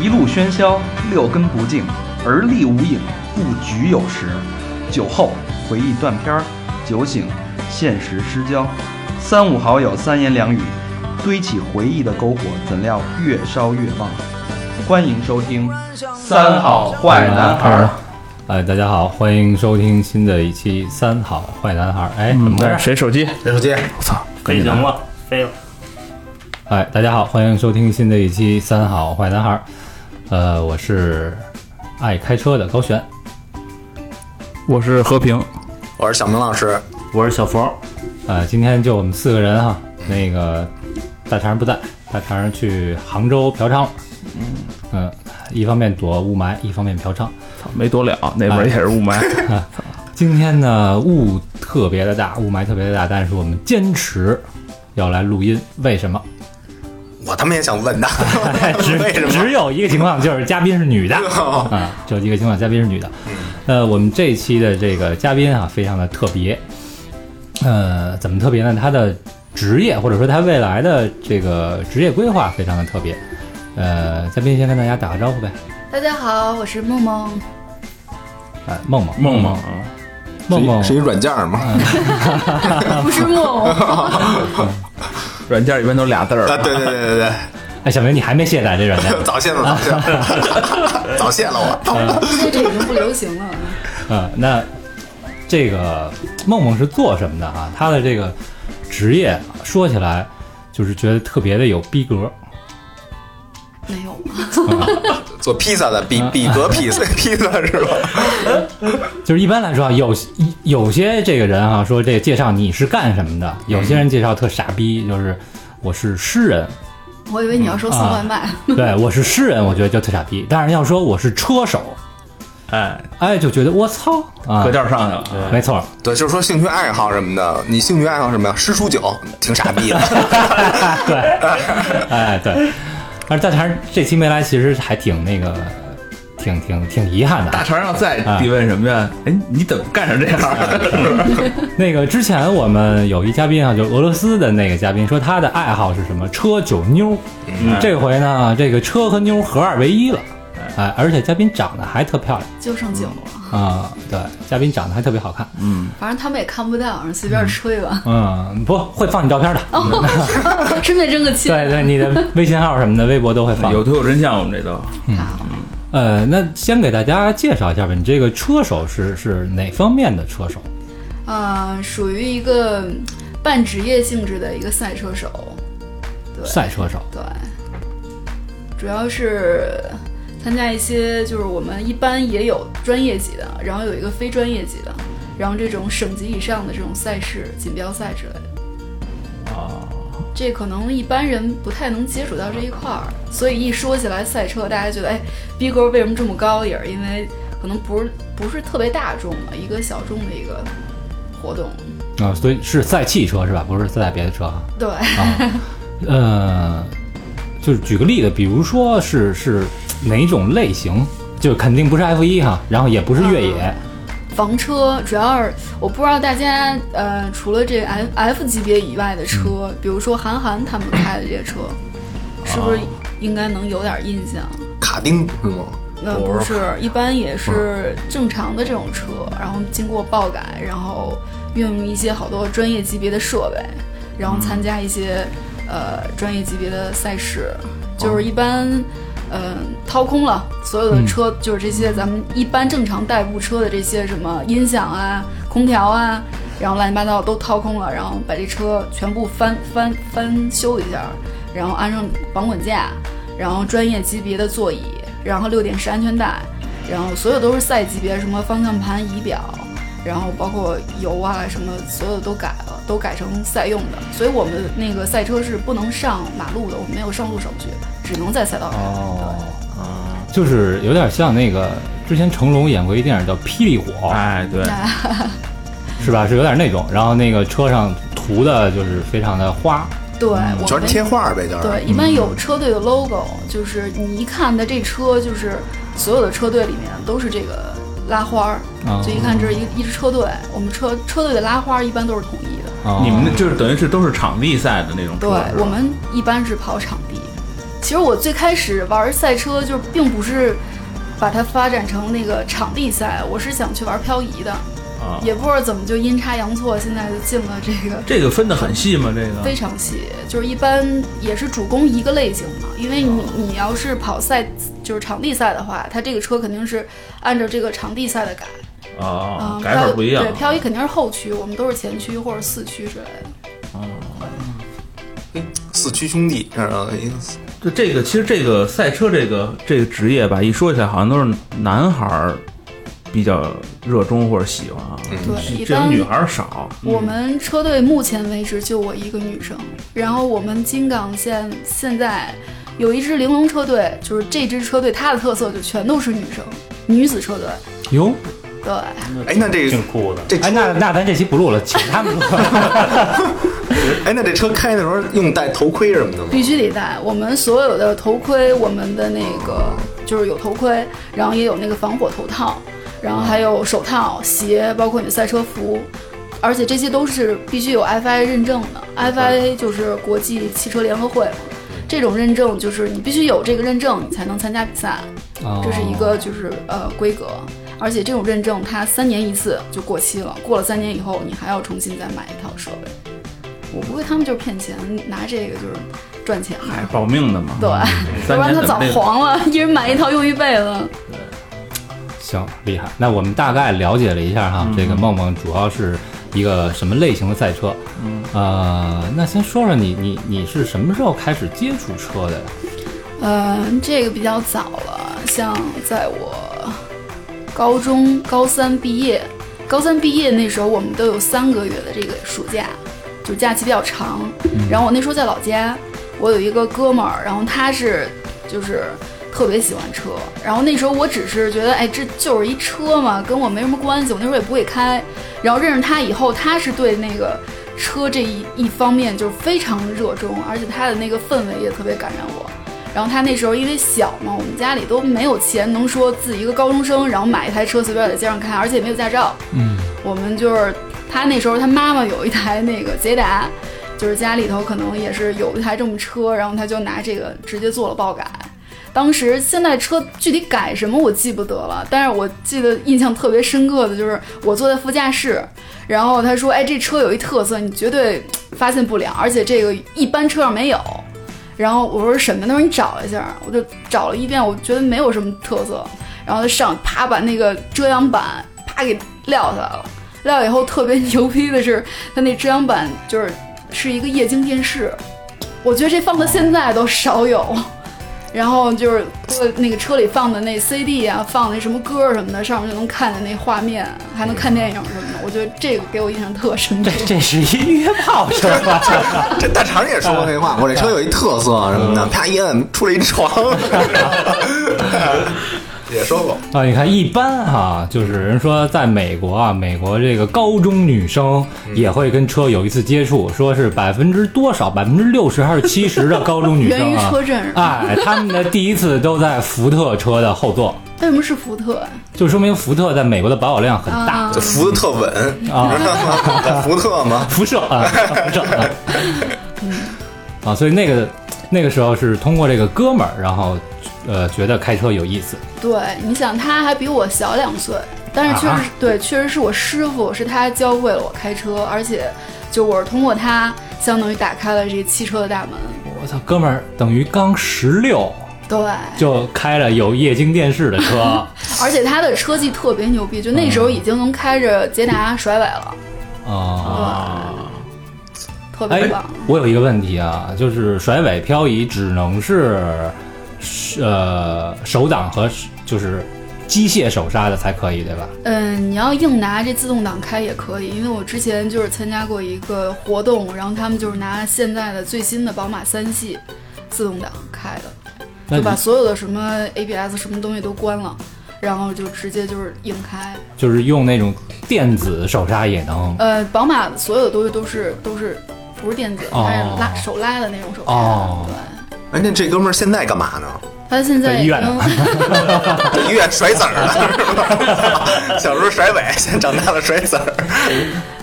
一路喧嚣，六根不净，而立无影，不局有时。酒后回忆断片儿，酒醒现实失焦。三五好友三言两语，堆起回忆的篝火，怎料越烧越旺。欢迎收听《三好坏男孩儿》。哎，大家好，欢迎收听新的一期《三好坏男孩》。哎，怎么回事？嗯谁手机？别出街，飞行了，飞了。哎，大家好，欢迎收听新的一期《三好坏男孩》。呃，我是爱开车的高璇。我是和平。我是小明老师。我是小佛，呃，今天就我们四个人哈，那个大肠不在，大肠去杭州嫖娼了。嗯、一方面躲雾霾，一方面嫖娼。没躲了，那边也是雾霾。今天呢，雾特别的大，雾霾特别的大，但是我们坚持要来录音，为什么？我他妈也想问他， 只为什么？只有一个情况，就是嘉宾是女的哦嗯啊，只有一个情况，嘉宾是女的。呃，我们这一期的这个嘉宾啊，非常的特别。呃，怎么特别呢？她的职业或者说她未来的这个职业规划非常的特别。呃，嘉宾先跟大家打个招呼呗。大家好，我是梦梦。啊，梦梦 梦梦，梦梦是一软件吗？不是梦梦，软件一般都俩字啊，儿。对对对对哎，小明你还没卸载这 软件对，？早泄了，早泄了，早泄了我。现在这已经不流行了。呃，那这个梦梦是做什么的啊？她的这个职业说起来，就是觉得特别的有逼格。 没有，做披萨的比比格披萨披萨是吧？就是一般来说啊，有有些这个人啊，说这介绍你是干什么的，有些人介绍特傻逼，就是我是诗人，我以为你要说送外卖。对我是诗人，我觉得就特傻逼。但是要说我是车手，哎，哎，就觉得我操啊格，调上去了。没错，对，就是说兴趣爱好什么的，你兴趣爱好什么呀？诗书酒，挺傻逼的。对，哎对。 但是但是这期没来，其实还挺那个，挺挺挺遗憾的大啊。肠要再提问什么呀？哎，你怎么干成这样？那个之前我们有一嘉宾啊，就是俄罗斯的那个嘉宾，说他的爱好是什么？车、酒、妞。嗯这回呢，这个车和妞合二为一了。哎，而且嘉宾长得还特漂亮就剩酒了，啊、对，嘉宾长得还特别好看，反正他们也看不到，随便 吹吧。嗯，不会放你照片的，顺便争个亲。对对，你的微信号什么的，微博都会放。 有图有真相，我们这都。好呃，那先给大家介绍一下吧，你这个车手是是哪方面的车手？呃，属于一个嗯半职业性质的一个赛车手，赛车手，对，主要是参加一些就是我们一般也有专业级的，然后有一个非专业级的，然后这种省级以上的这种赛事、锦标赛之类的。这可能一般人不太能接触到这一块儿，所以一说起来赛车，大家觉得哎，逼格为什么这么高？也是因为可能不是不是特别大众的一个小众的一个活动。啊、所以是赛汽车是吧？不是赛别的车啊。对，呃，就是举个例子，比如说是是哪种类型，就肯定不是 F 一哈，然后也不是越野，房车主要是我不知道大家呃，除了这 F F 级别以外的车，比如说韩寒他们开的这些车，是不是应该能有点印象？卡丁嗯是吗？那不是，一般也是正常的这种车，然后经过爆改，然后运用一些好多专业级别的设备，然后参加一些、呃专业级别的赛事，就是一般嗯、呃掏空了所有的车，就是这些咱们一般正常代步车的这些什么音响啊、空调啊，然后乱七八糟都掏空了，然后把这车全部翻翻翻修一下，然后安上绑滚架，然后专业级别的座椅，然后六点式安全带，然后所有都是赛级别，什么方向盘、仪表，然后包括油啊什么，所有都改了，都改成赛用的。所以我们那个赛车是不能上马路的，我们没有上路手续，只能在赛道上。哦，就是有点像那个之前成龙演过一电影叫《霹雳火》，哎，对，是吧？是有点那种，然后那个车上涂的就是非常的花，对，我嗯们全是贴画呗，就是。对，一般有车队的 logo，就是你一看它这车，就是所有的车队里面都是这个拉花儿哦，就一看这是一一支车队。我们车车队的拉花儿一般都是统一的，哦你们那就是等于是都是场地赛的那种车，对是吧我们一般是跑场地。其实我最开始玩赛车，就是并不是把它发展成那个场地赛，我是想去玩漂移的，啊，也不知道怎么就阴差阳错，现在就进了这个这个分得很细吗？这个非常细，就是一般也是主攻一个类型嘛，因为你你要是跑赛就是场地赛的话，它这个车肯定是按照这个场地赛的改，啊嗯，，改法不一样漂移对，漂移肯定是后驱，我们都是前驱或者四驱之类的。四驱兄弟，是吧？一个就这个，其实这个赛车这个这个职业吧，一说起来好像都是男孩儿比较热衷或者喜欢啊，对，一这种般女孩儿少。我们车队目前为止就我一个女生，然后我们金港县现在有一支玲珑车队，就是这支车队它的特色就全都是女生，女子车队。哟，对，哎那这挺酷的。这车哎，那那咱这期不录了，请他 们录。哎，那这车开的时候用戴头盔什么的吗？必须得戴。我们所有的头盔，我们的那个就是有头盔，然后也有那个防火头套，然后还有手套、鞋，包括你的赛车服。而且这些都是必须有 FIA 认证的，FIA 就是国际汽车联合会嘛，这种认证就是你必须有这个认证，你才能参加比赛。这是一哦个就是呃规格，而且这种认证它三年一次就过期了，过了三年以后你还要重新再买一套设备。我不会，他们就是骗钱，拿这个就是赚钱，还保命的嘛，嗯对，要三不然年它怎早么那个黄了，一人买一套用一辈子。行，厉害。那我们大概了解了一下哈，这个梦梦主要是一个什么类型的赛车？嗯，呃，那先说说你你你是什么时候开始接触车的呀？呃，这个比较早了，像在我高中高三毕业，高三毕业那时候我们都有三个月的这个暑假，就假期比较长。然后我那时候在老家，我有一个哥们儿，然后他是就是特别喜欢车，然后那时候我只是觉得，哎，这就是一车嘛，跟我没什么关系，我那时候也不会开。然后认识他以后，他是对那个车这一一方面就是非常热衷，而且他的那个氛围也特别感染我。然后他那时候因为小嘛，我们家里都没有钱，能说自己一个高中生，然后买一台车随便在街上开，而且也没有驾照。嗯，我们就是他那时候他妈妈有一台那个捷达，就是家里头可能也是有一台这么车，然后他就拿这个直接做了爆改。当时现在车具体改什么我记不得了，但是我记得印象特别深刻的就是我坐在副驾驶，然后他说：“哎，这车有一特色，你绝对发现不了，而且这个一般车上没有。”然后我说什么？他说你找一下，我就找了一遍，我觉得没有什么特色。然后他上啪把那个遮阳板啪给撂下来了，撂以后特别牛逼的是，他那遮阳板就是是一个液晶电视，我觉得这放到现在都少有。然后就是呃那个车里放的那 CD 啊，放那什么歌儿什么的，上面就能看见那画面，还能看电影什么的。我觉得这个给我印象特深刻这。这是一约炮车吧？这大肠也说过这话，我这车有一特色什么的，啪一摁出来一床， 也说过。 啊，你看，一般哈、就是人说在美国啊，美国这个高中女生也会跟车有一次接触，说是百分之多少，百分之六十还是七十的高中女 源生于啊，车震，哎，他们的第一次都在福特车的后座，为什么是福特？就说明福特在美国的保有量很大，啊这，扶的特稳，你知道吗？福特嘛，辐射啊，辐射啊，啊，所以那个那个时候是通过这个哥们儿，然后呃觉得开车有意思，对，你想他还比我小两岁，但是确实、啊对，确实是我师傅，是他教会了我开车，而且就我是通过他，相当于打开了这汽车的大门。我操，哥们儿等于刚十六对，就开了有液晶电视的车。啊而且他的车技特别牛逼，就那嗯时候已经能开着捷达甩尾了，啊，特哎别棒。，我有一个问题啊，就是甩尾漂移只能是是呃手挡和就是机械手刹的才可以，对吧？嗯，你要硬拿这自动挡开也可以，因为我之前就是参加过一个活动，然后他们就是拿现在的最新的宝马三系自动挡开的。那就把你所有的什么 ABS 什么东西都关了，然后就直接就是硬开。就是用那种电子手刹也能。呃，宝马所有的东西都是都是不是电子，哦它是拉手拉的那种手刹。哦对，哎，那这哥们儿现在干嘛呢？他现在在医已院呢经这医院甩子儿了， 小时候甩尾，现在长大了甩子儿。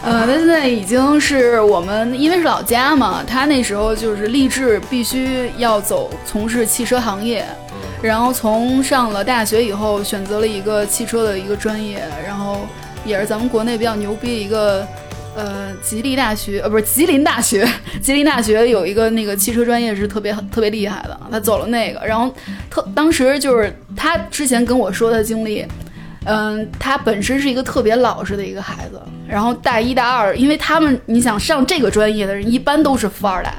呃，他现在已经是我们，因为是老家嘛，他那时候就是立志必须要走从事汽车行业，然后从上了大学以后选择了一个汽车的一个专业，然后也是咱们国内比较牛逼一个。呃，吉利大学，呃，不是吉林大学，吉林大学有一个那个汽车专业是特别特别厉害的，他走了那个，然后特当时就是他之前跟我说的经历，嗯，他本身是一个特别老实的一个孩子，然后大一大二，因为他们你想上这个专业的人一般都是富二代，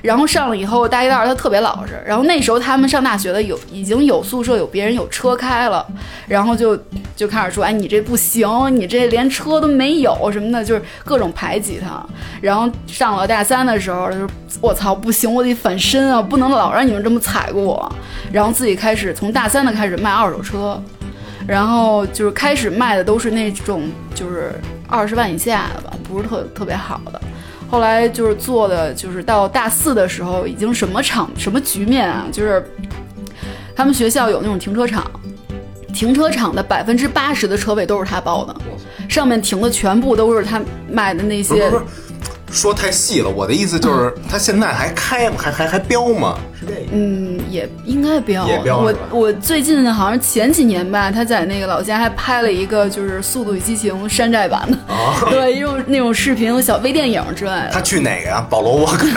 然后上了以后大一大二他特别老实，然后那时候他们上大学的有已经有宿舍有别人有车开了，然后就就开始说哎你这不行，你这连车都没有什么的，就是各种排挤他。然后上了大三的时候，就是我操不行，我得反身啊，不能老让你们这么踩过我，然后自己开始从大三的开始卖二手车。然后就是开始卖的都是那种就是二十万以下的吧，不是特特别好的。后来就是做的，就是到大四的时候，已经什么场什么局面啊，就是他们学校有那种停车场，停车场的百分之八十的车位都是他包的，上面停的全部都是他卖的那不是些不是，说太细了。我的意思就是，他现在还开吗？还还还飙吗？是这意思。嗯，也应该标。也标我是吧我最近好像前几年吧，他在那个老家还拍了一个就是《速度与激情》山寨版的，哦 对，用那种视频和小微电影之类的。他去哪个呀？保罗沃克。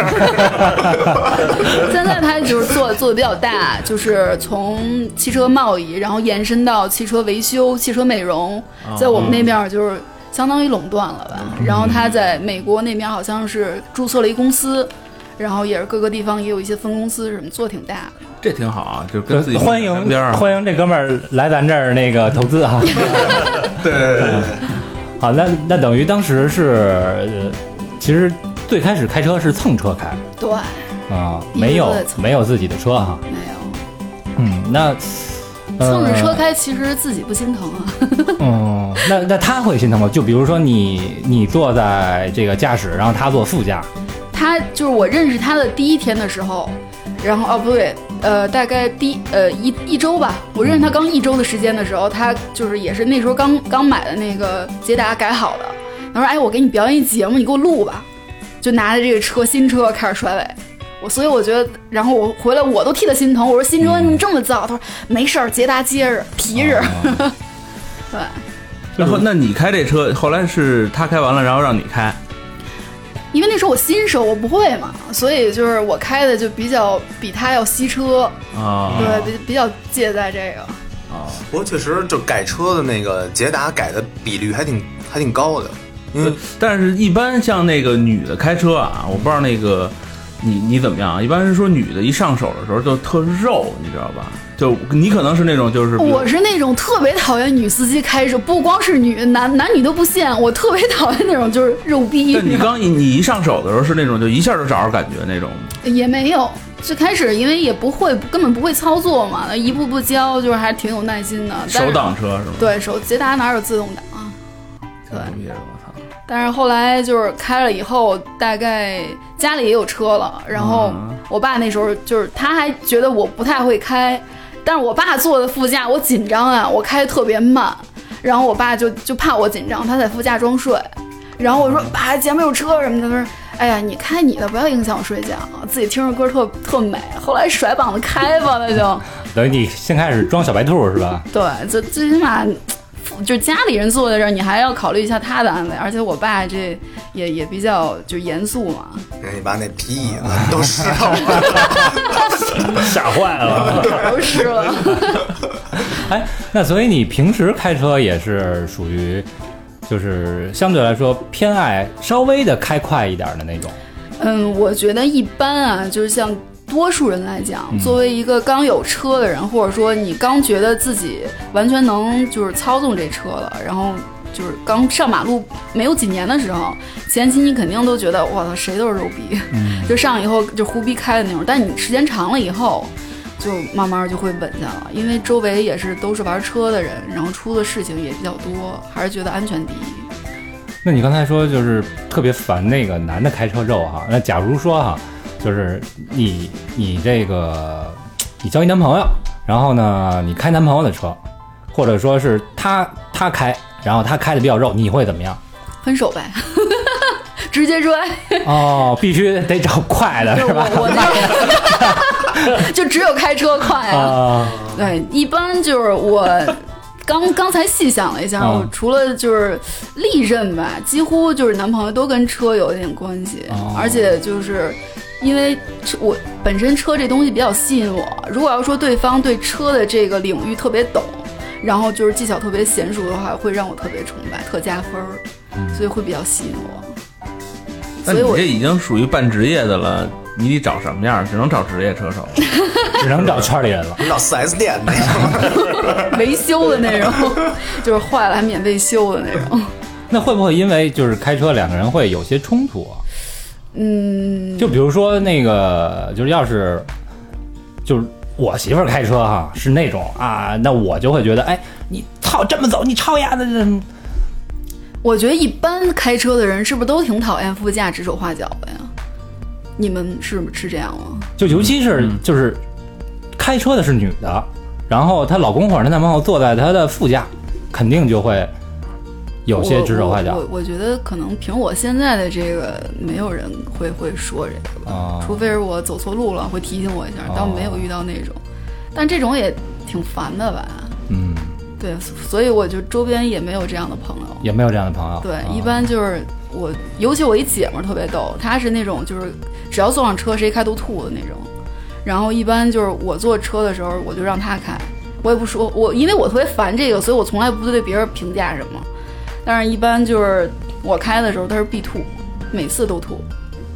现在他就是做 做的比较大，就是从汽车贸易，然后延伸到汽车维修、汽车美容，哦在我们那边儿就是相当于垄断了吧。嗯然后他在美国那边好像是注册了一公司，然后也是各个地方也有一些分公司什么，做挺大的。这挺好啊，就是跟自己呃欢旁迎边儿啊欢迎这哥们儿来咱这儿那个投资 啊。对对对对，好，那那等于当时是，呃其实最开始开车是蹭车开嗯对，啊、一直没有都在蹭没有自己的车哈、没有。嗯，那蹭着车呃开，其实自己不心疼啊。 嗯，那那他会心疼吗？就比如说你你坐在这个驾驶，然后他坐副驾，他就是我认识他的第一天的时候，然后哦不对，呃，大概第呃一一周吧，我认识他刚一周的时间的时候，他就是也是那时候刚刚买的那个捷达改好的，他说哎我给你表演一节目，你给我录吧，就拿着这个车新车开始甩尾。我所以我觉得，然后我回来我都替他心疼。我说新车怎么这么造？他说没事儿，捷达结实皮实。对，然后，那你开这车，后来是他开完了，然后让你开，因为那时候我新手，我不会嘛，所以就是我开的就比较比他要吸车，啊对，比比较借在这个。不过确实，就改车的那个捷达改的比率还挺还挺高的，因为呃但是，一般像那个女的开车啊，我不知道那个你你怎么样啊？一般是说女的一上手的时候就特肉，你知道吧？就你可能是那种就是比如我是那种特别讨厌女司机开车，不光是女，男男女都不限，我特别讨厌那种就是肉逼但，你刚一你一上手的时候是那种就一下就找着感觉那种，也没有。最开始因为也不会，根本不会操作嘛，一步步教，就是还挺有耐心的。但是手挡车是吗？对手捷达哪有自动挡啊？挺牛逼的，我操！但是后来就是开了以后，大概家里也有车了，然后嗯我爸那时候就是他还觉得我不太会开，但是我爸坐的副驾，我紧张啊，我开的特别慢，然后我爸就就怕我紧张，他在副驾装睡，然后我说爸前面有车什么的，他说哎呀你开你的，不要影响我睡觉，自己听着歌特特美，后来甩膀子开吧那就，等于你先开始装小白兔是吧？对，最最起码。就家里人坐在这儿，你还要考虑一下他的安危，而且我爸这也也比较就严肃嘛，你把那皮椅子 都湿透了。 吓坏了。都湿了。哎，那所以你平时开车也是属于，就是相对来说偏爱稍微的开快一点的那种。嗯，我觉得一般啊，就是像多数人来讲，作为一个刚有车的人，或者说你刚觉得自己完全能就是操纵这车了，然后就是刚上马路没有几年的时候，前期你肯定都觉得我操，谁都是肉逼， 就上以后就胡逼开的那种。但你时间长了以后。就慢慢就会稳下了，因为周围也是都是玩车的人，然后出的事情也比较多，还是觉得安全第一。那你刚才说就是特别烦那个男的开车肉哈、那假如说哈、就是你你这个你交一男朋友，然后呢你开男朋友的车，或者说是他他开，然后他开的比较肉，你会怎 么样？分手呗，直接追。哦，必须得找快的 就是我吧？我 那就只有开车快啊。啊，对，一般就是我刚刚才细想了一下，啊我除了就是历任吧，几乎就是男朋友都跟车有一点关系，哦而且就是。因为车我本身车这东西比较吸引我，如果要说对方对车的这个领域特别懂，然后就是技巧特别娴熟的话，会让我特别崇拜，特加分儿，所以会比较吸引我。那所你以我这已经属于半职业的了，你得找什么样？只能找职业车 手。只能找圈里人了。你找四 S 店那种， 维修的那 种，就是坏了还免费修的那种。那会不会因为就是开车两个人会有些冲突啊？嗯，就比如说那个，就是要是就是我媳妇儿开车哈、是那种啊，那我就会觉得，哎，你操这么走，你超丫的这。我觉得一般开车的人是不是都挺讨厌副驾指手画脚的呀？你们是是这样吗？就尤其是、嗯就是开车的是女的，然后她老公或者她男朋友坐在她的副驾，肯定就会有些指手画脚我我我我觉得可能凭我现在的这个，没有人会会说这个吧，啊。除非是我走错路了会提醒我一下，哦倒没有遇到那种。但这种也挺烦的吧？嗯，对，所以我就周边也没有这样的朋友。也没有这样的朋友。对啊，一般就是我，尤其我一姐们儿特别逗，她是那种就是只要坐上车谁开都吐的那种。然后一般就是我坐车的时候，我就让她开，我也不说，我因为我特别烦这个，所以我从来不对别人评价什么。但是，一般就是我开的时候，她是必吐，每次都吐。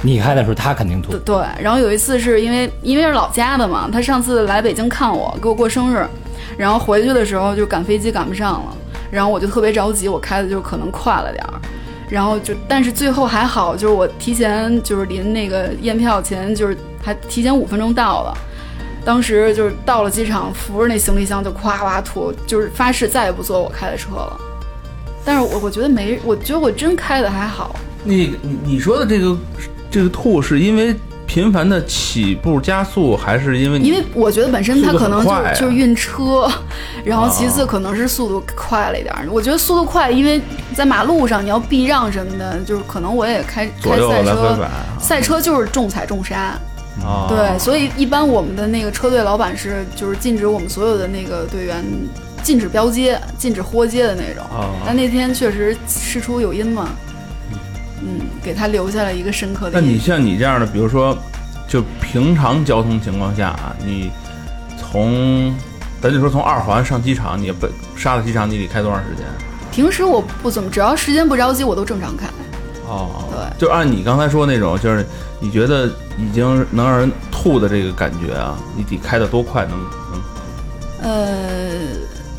你开的时候，她肯定吐对。对，然后有一次是因为因为是老家的嘛，他上次来北京看我，给我过生日，然后回去的时候就赶飞机赶不上了，然后我就特别着急，我开的就可能快了点儿，然后就但是最后还好，就是我提前就是临那个验票前就是还提前五分钟到了。当时就是到了机场，扶着那行李箱就夸夸吐，就是发誓再也不坐我开的车了。但是我我觉得没，我觉得我真开的还好，你你你说的这个这个吐是因为频繁的起步加速，还是因为你因为我觉得本身他可能嗯速度就、很快啊就是晕车，然后其次可能是速度快了一点儿。我觉得速度快，因为在马路上你要避让什么的，就是可能我也开左开右赛来回车，摆？赛车就是重踩重刹，啊，对，所以一般我们的那个车队老板是就是禁止我们所有的那个队员禁止飙街、禁止豁街的那种。啊但那天确实事出有因嘛，嗯，给他留下了一个深刻那的你印象。像你这样的，比如说，就平常交通情况下啊，你从咱就说从二环上机场，你被杀到机场，你得开多长时间？平时我不怎么，只要时间不着急，我都正常开。哦，对，就按你刚才说那种，就是你觉得已经能让人吐的这个感觉啊，你得开得多快能能？呃，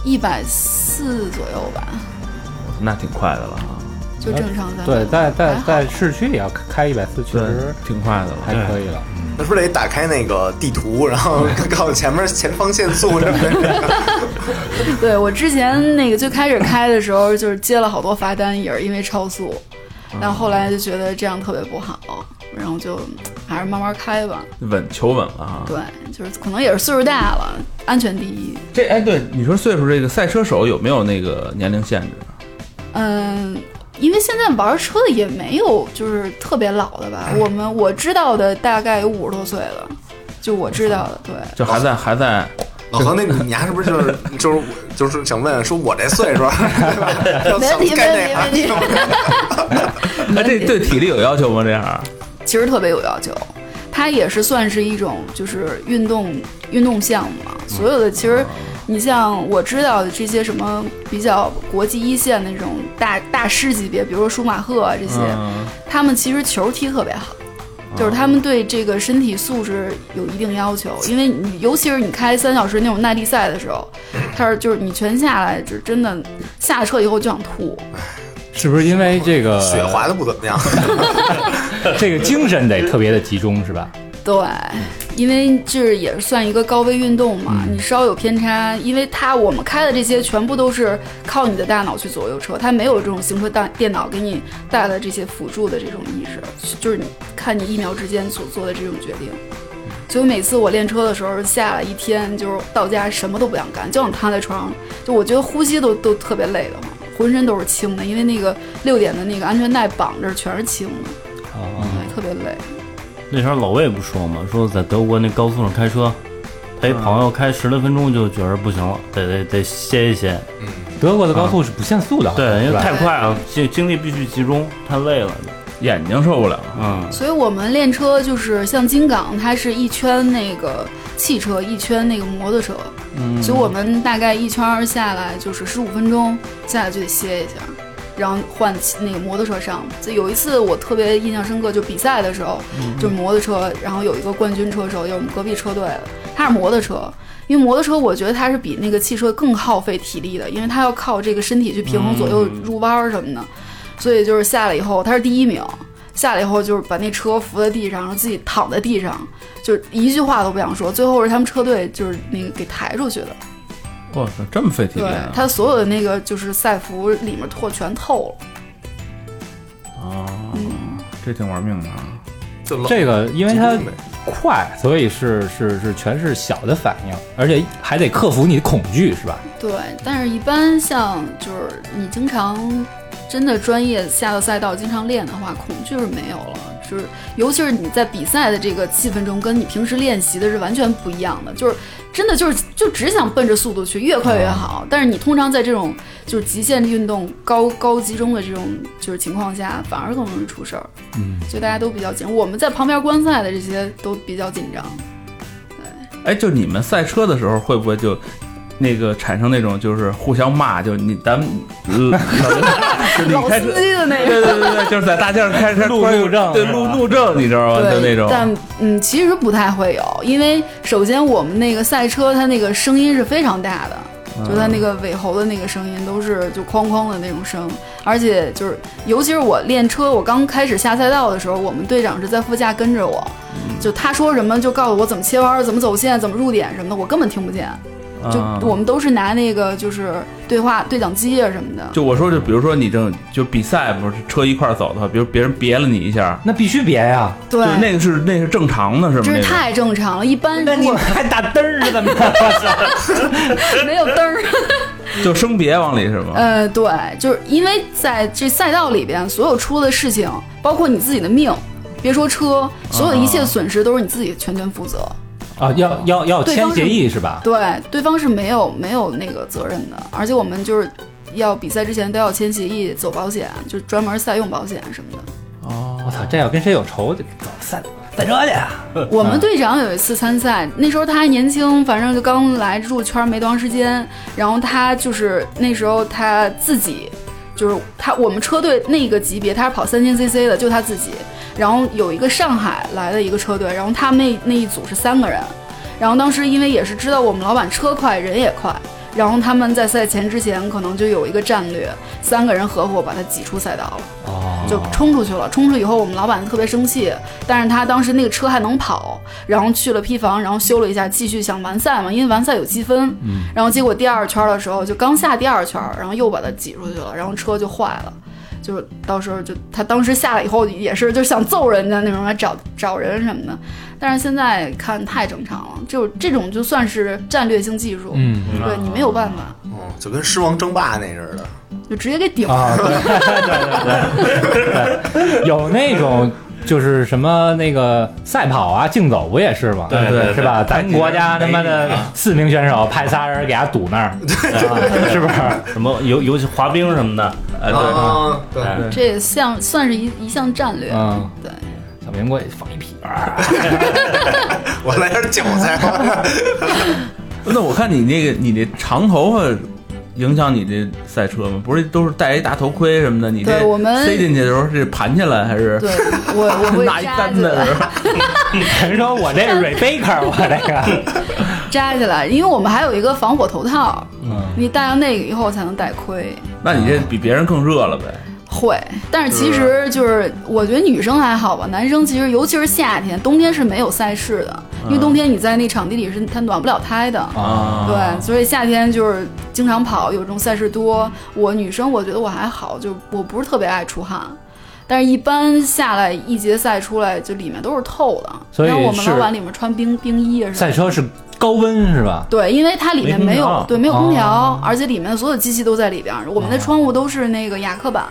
一百四左右吧，那挺快的了啊，就正常咱们对，在在还好在市区也要开一百四，确实挺快的还了。可以了。那是不是得打开那个地图，然后告诉前面前方限速什么的？ 对我之前那个最开始开的时候，就是接了好多罚单，也是因为超速，但后来就觉得这样特别不好，然后就还是慢慢开吧。稳求稳了啊！对，就是可能也是岁数大了，安全第一。这哎，对，你说岁数这个赛车手有没有那个年龄限制？嗯，因为现在玩车的也没有就是特别老的吧，我们我知道的大概有五十多岁了，就我知道的，对。就还在还在老何，那你你丫是不是就是就是我就是想问，说我这岁数，对吧？ 要没想问题，干没这问行题，没问题。哎，这对体力有要求吗？这样其实特别有要求。它也是算是一种就是运动运动项目嘛，所有的其实你像我知道的这些什么比较国际一线那种大大师级别，比如说舒马赫啊这些，嗯，他们其实球踢特别好，就是他们对这个身体素质有一定要求，因为你尤其是你开三小时那种耐力赛的时候，他是就是你全下来，就真的下车以后就想吐，是不是因为这个 雪滑的不怎么样， 这个精神得特别的集中是吧？对，因为这也是算一个高危运动嘛，你稍有偏差，因为它我们开的这些全部都是靠你的大脑去左右车，它没有这种行车大电脑给你带来这些辅助的这种意识，就是你看你一秒之间所做的这种决定。所以每次我练车的时候，下了一天就是到家什么都不想干，就想躺在床上，就我觉得呼吸都都特别累的慌，浑身都是轻的，因为那个六点的那个安全带绑着全是轻的，嗯啊，特别累。那时候老魏不说嘛，说在德国那高速上开车，陪嗯朋友开十来分钟就觉得不行了，得得得歇一歇。德国的高速是不限速的，对，是因为吧太快了，精精力必须集中，太累了。眼睛受不了。嗯，所以我们练车就是像金港，它是一圈那个汽车，一圈那个摩托车，嗯所以我们大概一圈儿下来就是十五分钟，下来就得歇一下，然后换骑那个摩托车上。就有一次我特别印象深刻，就比赛的时候，就是摩托车，然后有一个冠军车手，就是我们隔壁车队的，他是摩托车。因为摩托车，我觉得它是比那个汽车更耗费体力的，因为它要靠这个身体去平衡左右入弯儿什么的，所以就是下来以后，他是第一名。下来以后就是把那车扶在地上，然后自己躺在地上，就是一句话都不想说。最后是他们车队就是那个给抬出去的，我操，这么费体力对啊！他所有的那个就是赛服里面脱全透了。哦，这挺玩命的啊！就冷这个，因为它集中呗快，所以是是是全是小的反应，而且还得克服你的恐惧，是吧？对，但是一般像就是你经常真的专业下了赛道经常练的话，恐惧是没有了。就是，尤其是你在比赛的这个气氛中，跟你平时练习的是完全不一样的。就是真的就是就只想奔着速度去，越快越嗯好。但是你通常在这种就是极限运动高高集中的这种就是情况下，反而更容易出事儿。嗯，所以大家都比较紧张。我们在旁边观赛的这些都比较紧张。哎，就你们赛车的时候会不会就那个产生那种就是互相骂，就你咱们、呃就是你老开车司。机的那个。对对对对，就是在大街上开车，路突然怒症对路怒症，你知道吗？就那种，但嗯，其实不太会有，因为首先我们那个赛车，它那个声音是非常大的，就嗯它那个尾喉的那个声音都是就哐哐的那种声，而且就是尤其是我练车，我刚开始下赛道的时候，我们队长是在副驾跟着我，嗯就他说什么就告诉我怎么切弯、怎么走线、怎么入点什么的，我根本听不见。就啊我们都是拿那个就是对话对讲机啊什么的，就我说，就比如说你正就比赛，不是车一块儿走的话，比如别人别了你一下，那必须别呀、对，就那个是那是正常的，是吗？这那是个太正常了。一般那如你 果还打嘚儿是怎么着？没有灯儿。就生别往里是吗？呃，对，就是因为在这赛道里边，所有出的事情，包括你自己的命，别说车，所有一切损失都是你自己全权负责。 啊，要要要对签方是协议是吧？对，对方是没有没有那个责任的，而且我们就是要比赛之前都要签协议，走保险，就是专门赛用保险什么的。我操，这要跟谁有仇得走散散车去 啊！ 我们队长有一次参赛，那时候他还年轻，反正就刚来入圈没多长时间。然后他就是那时候他自己，就是他我们车队那个级别，他是跑三千 CC 的，就他自己。然后有一个上海来的一个车队，然后他们那那一组是三个人。然后当时因为也是知道我们老板车快人也快，然后他们在赛前之前可能就有一个战略，三个人合伙把他挤出赛道了。就冲出去了。冲出以后，我们老板特别生气，但是他当时那个车还能跑，然后去了坯房，然后修了一下，继续想完赛嘛，因为完赛有积分。然后结果第二圈的时候，就刚下第二圈，然后又把他挤出去了，然后车就坏了。就是到时候就他当时下来以后也是就想揍人家那种，还找找人什么的，但是现在看太正常了，就这种就算是战略性技术，嗯对你没有办法，嗯，就跟狮王争霸那似的。就直接给顶了。啊，对对对对，有那种。就是什么那个赛跑啊，竞走不也是吗？对对对是吧？咱们国家排挤他妈的四名选手派仨人给他堵那儿，啊 是不是？ 什么游游戏滑冰什么的，哎，对，啊，对哎这也像算是一一项战略，嗯对。小明给我放一屁，我来点韭菜 吧。那我看你那个你那长头发影响你这赛车吗？不是都是戴一大头盔什么的？你这对我们塞进去的时候是盘起来还是对我我 会拿一扎单起的时来，候？人说我这 Rebecca，我这个，扎起来，因为我们还有一个防火头套，你戴上那个以后才能戴盔。那你这比别人更热了呗？会，但是其实就是我觉得女生还好吧，男生其实尤其是夏天，冬天是没有赛事的，嗯因为冬天你在那场地里是它暖不了胎的。啊，对，所以夏天就是经常跑，有这种赛事多。我女生我觉得我还好，就我不是特别爱出汗，但是一般下来一节赛出来就里面都是透的。所以然后我们是老板里面穿冰冰衣啊什么的。赛车是高温是吧？对，因为它里面没空没有调对没有空调，哦而且里面所有机器都在里边儿。我们的窗户都是那个雅克板，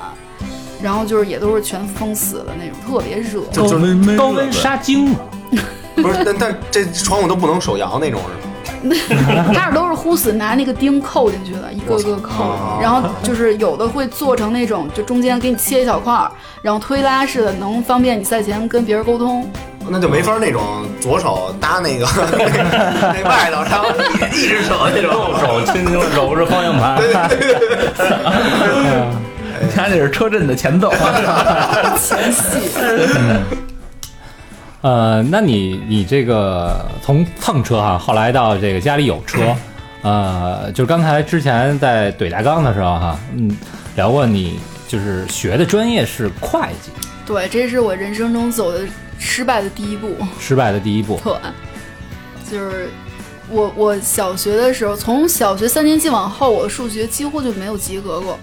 然后就是也都是全封死的那种，特别热。高就温闷高热温呗杀精嘛，不是，但但这窗户都不能手摇那种是吗？它是都是呼死拿那个钉扣进去的，一个个扣哦。然后就是有的会做成那种，就中间给你切一小块儿，然后推拉式的，能方便你赛前跟别人沟通。那就没法那种左手搭那个 那外头，然后一一只手那种。手轻轻地揉着方向盘，他这是车震的前奏，前戏，呃，那你你这个从蹭车哈、后来到这个家里有车，呃，就是刚才之前在怼大纲的时候哈、嗯，聊过你就是学的专业是会计，对，这是我人生中走的失败的第一步。失败的第一步，特，就是我我小学的时候，从小学三年级往后，我的数学几乎就没有及格过，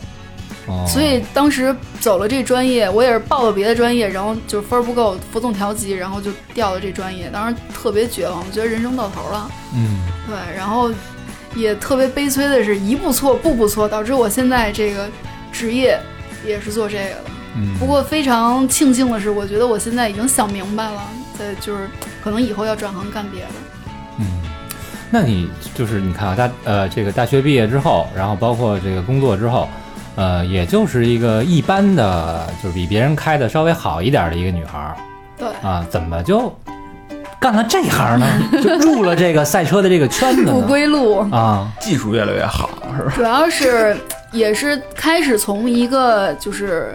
哦、所以当时走了这专业，我也是报了别的专业，然后就分儿不够，服从调剂，然后就调了这专业，当时特别绝望，我觉得人生到头了，嗯，对，然后也特别悲催的是，一步错步步错，导致我现在这个职业也是做这个的。嗯不过非常庆幸的是，我觉得我现在已经想明白了，在就是可能以后要转行干别的。嗯，那你就是你看啊，大呃，这个大学毕业之后，然后包括这个工作之后，呃，也就是一个一般的，就是比别人开的稍微好一点的一个女孩儿对，啊，怎么就干了这行呢？就入了这个赛车的这个圈子不呢？归路，啊，技术越来越好，是吧？主要是也是开始从一个就是。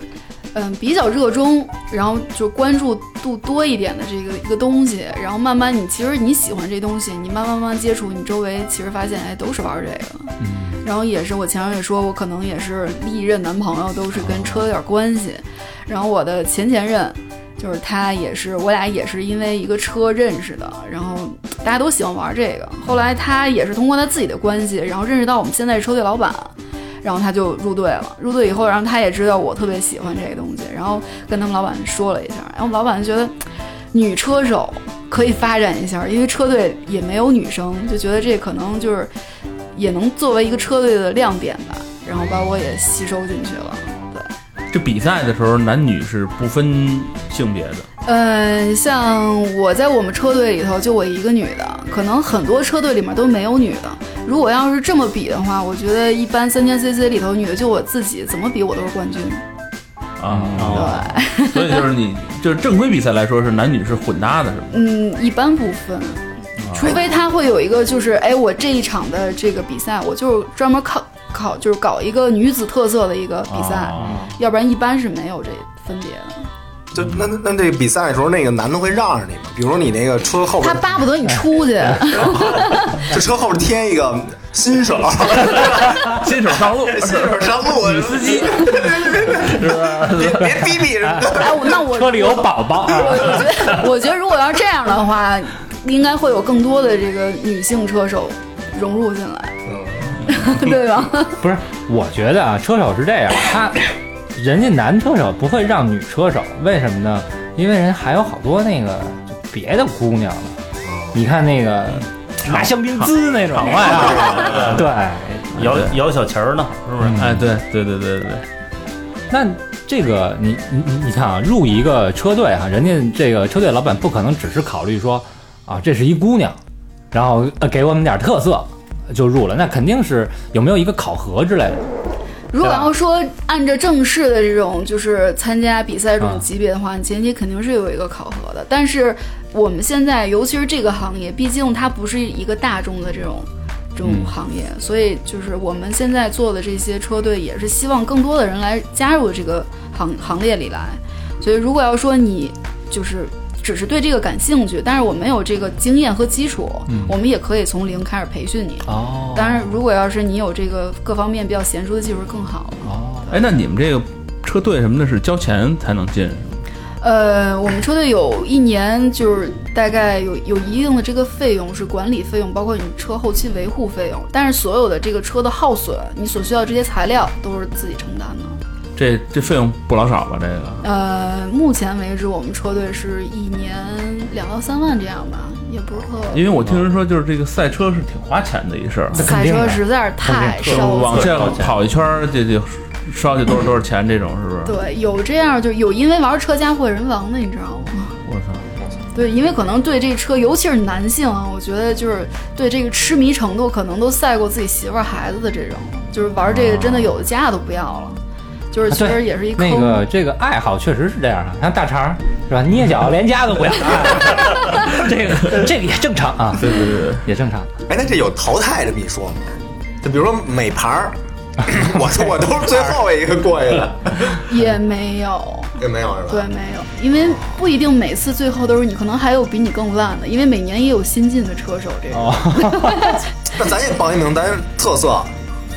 嗯，比较热衷，然后就关注度多一点的这个一个东西，然后慢慢你其实你喜欢这东西，你慢慢慢慢接触，你周围其实发现哎都是玩这个，嗯然后也是我前面也说，我可能也是历任男朋友都是跟车有点关系，然后我的前前任就是他也是我俩也是因为一个车认识的，然后大家都喜欢玩这个，后来他也是通过他自己的关系，然后认识到我们现在车队老板。然后他就入队了，入队以后，然后他也知道我特别喜欢这个东西，然后跟他们老板说了一下，然后老板就觉得女车手可以发展一下，因为车队也没有女生，就觉得这可能就是也能作为一个车队的亮点吧，然后把我也吸收进去了。这比赛的时候，男女是不分性别的，嗯，像我在我们车队里头就我一个女的，可能很多车队里面都没有女的。如果要是这么比的话，我觉得一般三千 CC 里头女的就我自己，怎么比我都是冠军。啊，所以就是你就是正规比赛来说是男女是混搭的，是吧？嗯，一般不分，啊除非他会有一个就是，哎，我这一场的这个比赛，我就是专门考考，就是搞一个女子特色的一个比赛，啊要不然一般是没有这分别的。就那那那这比赛的时候，那个男的会让着你吗？比如你那个车后他边，巴不得你出去，哎这车后边贴一个新手，新手上路， 新手上路，女司 机，别别逼逼人。哎，我那我车里有宝宝啊， 我我觉得，我觉得如果要这样的话，应该会有更多的这个女性车手融入进来， 对吧？不是，我觉得啊，车手是这样，他人家男车手不会让女车手，为什么呢？因为人还有好多那个就别的姑娘呢。嗯你看那个拿香槟滋那种，场外啊， 对。嗯摇摇小旗儿呢，是不是？哎，对对对对对，那这个你你你你看啊，入一个车队啊，人家这个车队老板不可能只是考虑说啊，这是一姑娘，然后呃给我们点特色就入了，那肯定是有没有一个考核之类的。如果要说按照正式的这种就是参加比赛这啊种级别的话，前期肯定是有一个考核的。但是我们现在，尤其是这个行业，毕竟它不是一个大众的这种这种行业，所以就是我们现在做的这些车队，也是希望更多的人来加入这个行行列里来。所以如果要说你就是。只是对这个感兴趣，但是我没有这个经验和基础，我们也可以从零开始培训你。哦当然，如果要是你有这个各方面比较娴熟的技术，更好了。哦，哎，那你们这个车队什么的是交钱才能进，呃，我们车队有一年就是大概有有一定的这个费用是管理费用，包括你车后期维护费用，但是所有的这个车的耗损，你所需要的这些材料都是自己承担的。这这费用不老少吧？这个呃，目前为止我们车队是一年两到三万这样吧，也不是特。因为我听人说，就是这个赛车是挺花钱的一事儿，赛车实在是太就是烧往钱。下跑一圈儿，这这烧去多少多少钱，这种是不是？对，有这样就有因为玩车家破人亡的，你知道吗？我操！对，因为可能对这车，尤其是男性啊，我觉得就是对这个痴迷程度，可能都赛过自己媳妇儿、孩子的这种，就是玩这个真的有的家都不要了，就是其啊实对也是一坑。那个这个爱好确实是这样的，像大肠儿是吧？捏脚连家都 不要，这个这个也正常啊，对对对，也正常。哎，那这有淘汰这么一说吗？就比如说美牌儿， 我我都是最后一个过去的，也没有，也没有是吧？对，没有，因为不一定每次最后都是你，可能还有比你更烂的，因为每年也有新进的车手这种。哦那咱也报一名，咱特色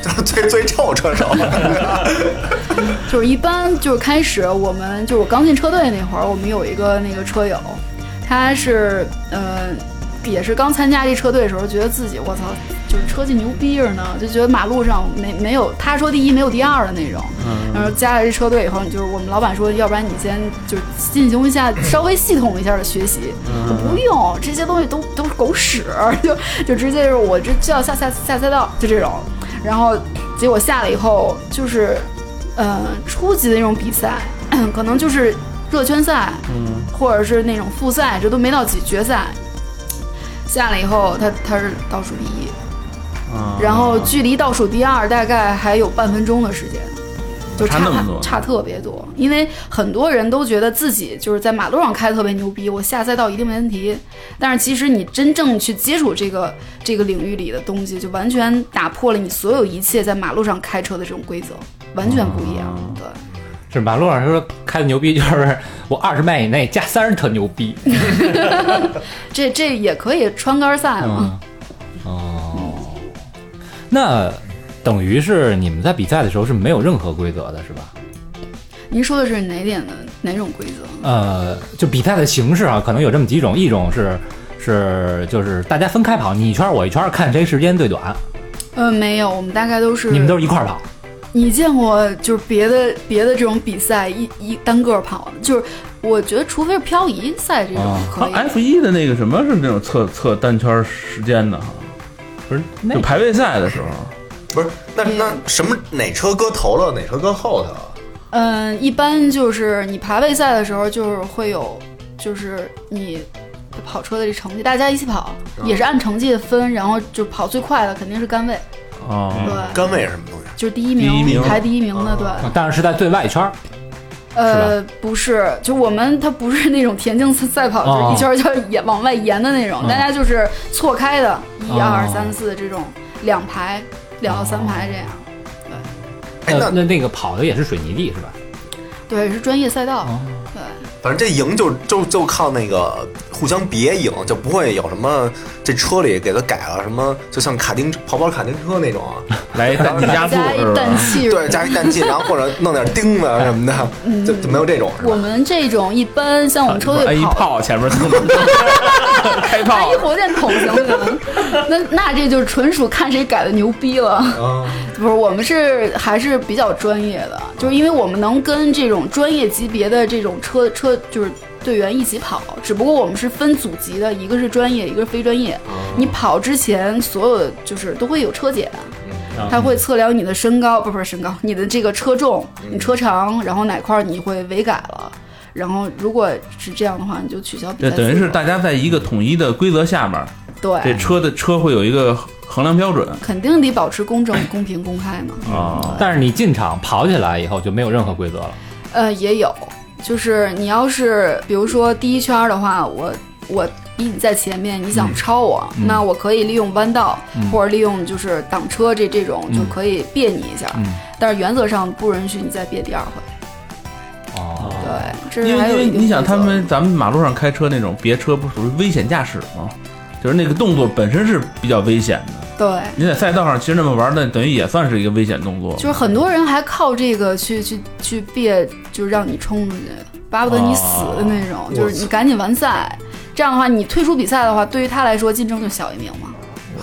就是最最臭车手，就是一般就是开始我们就是我刚进车队那会儿，我们有一个那个车友，他是呃也是刚参加这车队的时候，觉得自己我操就是车技牛逼着呢，就觉得马路上没没有他说第一没有第二的那种。然后加了这车队以后，你就是我们老板说，要不然你先就是进行一下稍微系统一下的学习。我不用这些东西都都是狗屎，就就直接就是我这就要下下下赛道就这种。然后结果下了以后就是呃初级的那种比赛， 可能就是热圈赛，或者是那种复赛，这都没到几决赛。下来以后，他他是倒数第一，啊然后距离倒数第二大概还有半分钟的时间，就差差那么多差特别多。因为很多人都觉得自己就是在马路上开得特别牛逼，我下赛道一定没问题。但是其实你真正去接触这个这个领域里的东西，就完全打破了你所有一切在马路上开车的这种规则，完全不一样。哦对。是马路上说开的牛逼，就是我二十迈以内加三十特牛逼。这这也可以穿杆赛嘛？那等于是你们在比赛的时候是没有任何规则的，是吧？您说的是哪点的哪种规则？呃，就比赛的形式啊，可能有这么几种，一种是是就是大家分开跑，你一圈儿我一圈儿，看谁时间最短。呃，没有，我们大概都是你们都是一块儿跑，你见过就是别的别的这种比赛一一单个跑的，就是我觉得除非是漂移赛这种啊可以， F 一的那个什么是那种测测单圈时间的哈，不是那就排位赛的时候，不是？那那什么哪车搁头了，哪车搁后头啊？嗯，一般就是你排位赛的时候就是会有，就是你。跑车的这成绩，大家一起跑，也是按成绩分，然后就跑最快的肯定是杆位，嗯哦，对，杆位是什么东西？就是第一第一名排第一名的，对，但是是在最外圈儿，呃，不是，就我们它不是那种田径赛赛跑，哦嗯就是一圈儿一圈儿延往外延的那种，大家就是错开的，一二哦三四这种两排，两到三排这样。哦哎，呃那那那个跑的也是水泥地是吧？对，是专业赛道。哦对，反正这赢就就就靠那个互相别赢，就不会有什么这车里给它改了什么，就像卡丁跑跑卡丁车那种啊，来单机加速加一是吧氮？气。对，加一氮气，然后或者弄点钉子什么的，就就没有这种是我吧？们这种一般像我们车啊哎队一跑，哎炮前面 开拿炮一，火箭筒行不行？ 那那这就是纯属看谁改的牛逼了。啊，不是，我们是还是比较专业的，就是因为我们能跟这种专业级别的这种车车就是队员一起跑，只不过我们是分组级的，一个是专业，一个是非专业。你跑之前，所有的就是都会有车检，啊他会测量你的身高，不是不是身高，你的这个车重，你车长，然后哪块儿你会违改了。然后，如果是这样的话，你就取消比对，赛资格。等于是大家在一个统一的规则下面，这对，车的车会有一个衡量标准肯定得保持公正、公平、公开嘛。啊。但是你进场跑起来以后就没有任何规则了。呃，也有，就是你要是比如说第一圈儿的话，我我比你在前面，你想超我，嗯那我可以利用弯道、或者利用就是挡车这这嗯种、就可以别你一下，但是原则上不允许你再别第二回。哦，对，这因是为还因有为一定你想，规则他们咱们马路上开车那种别车，不属于危险驾驶吗？就是那个动作本身是比较危险的，对，你在赛道上其实那么玩，那等于也算是一个危险动作。就是很多人还靠这个去去去憋，就是让你冲出去，巴不得你死的那种，哦就是你赶紧完赛。这样的话，你退出比赛的话，对于他来说竞争就小一名嘛。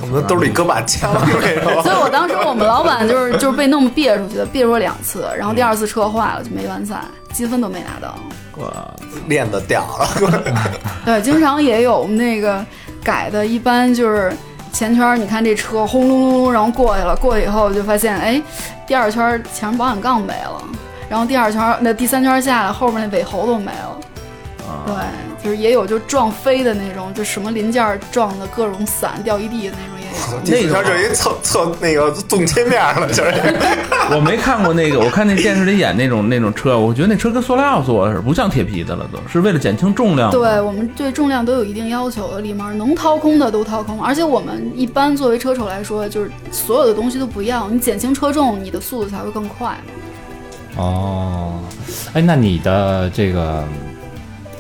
恨不得兜里搁把枪， 所以我当时我们老板就是就是被弄憋出去的，憋出了两次，然后第二次车坏了就没完赛，积分都没拿到。链子掉了，对，经常也有我们那个改的，一般就是前圈儿，你看这车轰隆隆隆，然后过去了，过去以后就发现，哎，第二圈儿前面保险杠没了，然后第二圈儿那第三圈儿下来，后面那尾喉都没了。对，就是也有就撞飞的那种，就什么零件儿撞的各种散掉一地的那种也有。那条就一侧侧那个纵切面了，就是我没看过那个，我看那电视里演那种那种车，我觉得那车跟塑料做的似的，不像铁皮的了都，是为了减轻重量。对我们对重量都有一定要求的，里面能掏空的都掏空，而且我们一般作为车手来说，就是所有的东西都不要，你减轻车重，你的速度才会更快嘛。哦，哎，那你的这个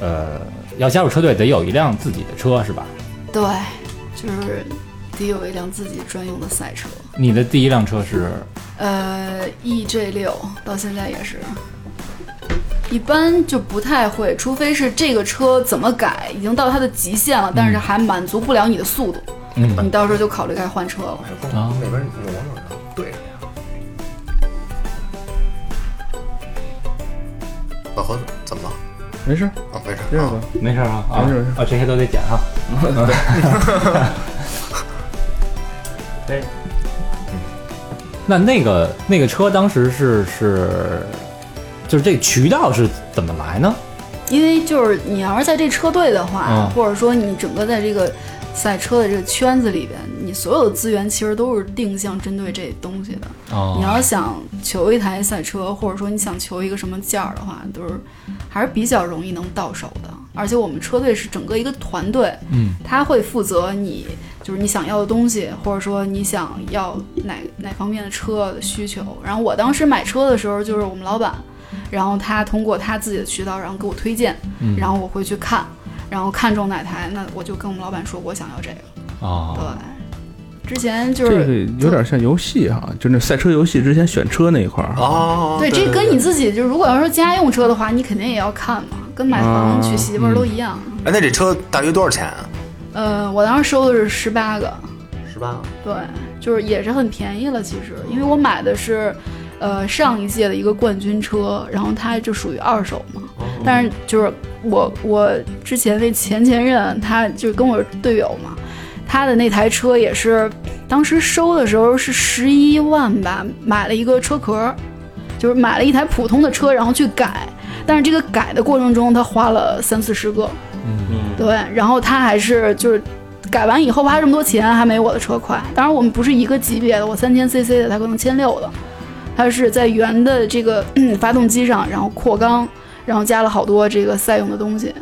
呃，要加入车队得有一辆自己的车是吧？对，就是得有一辆自己专用的赛车，你的第一辆车是呃，EJ 六到现在也是。一般就不太会，除非是这个车怎么改已经到它的极限了，但是还满足不了你的速度，嗯你到时候就考虑该换车了。啊那边挪挪，然后对着老何怎么了？没事，啊，没事，这啊吧。没事啊，啊没事没事啊，这些都得剪哈。 对。那那个那个车当时是是，就是这渠道是怎么来呢？因为就是你要是在这车队的话，嗯或者说你整个在这个赛车的这个圈子里边，你所有的资源其实都是定向针对这东西的。你哦，要想求一台赛车，或者说你想求一个什么件儿的话，都是还是比较容易能到手的。而且我们车队是整个一个团队，嗯，他会负责你就是你想要的东西，或者说你想要哪哪方面的车的需求。然后我当时买车的时候，就是我们老板，然后他通过他自己的渠道，然后给我推荐，然后我会去看，然后看中哪台，那我就跟我们老板说我想要这个。哦，对，之前就这是个有点像游戏哈、就那赛车游戏之前选车那一块儿，哦，啊对，这跟你自己就如果要说家用车的话，你肯定也要看嘛，跟买房、啊娶媳妇儿都一样。哎，那这车大约多少钱啊？呃，我当时收的是十八个，十八。对，就是也是很便宜了。其实，因为我买的是，呃，上一届的一个冠军车，然后它就属于二手嘛。但是就是我我之前那前前任，他就跟我队友嘛，他的那台车也是当时收的时候是十一万吧，买了一个车壳，就是买了一台普通的车，然后去改。但是这个改的过程中，他花了三四十个，嗯，对，然后他还是就是改完以后花这么多钱，还没我的车快。当然我们不是一个级别的，我三千 CC 的，他可能千六的。他是在原的这个 嗯发动机上，然后扩缸，然后加了好多这个赛用的东西。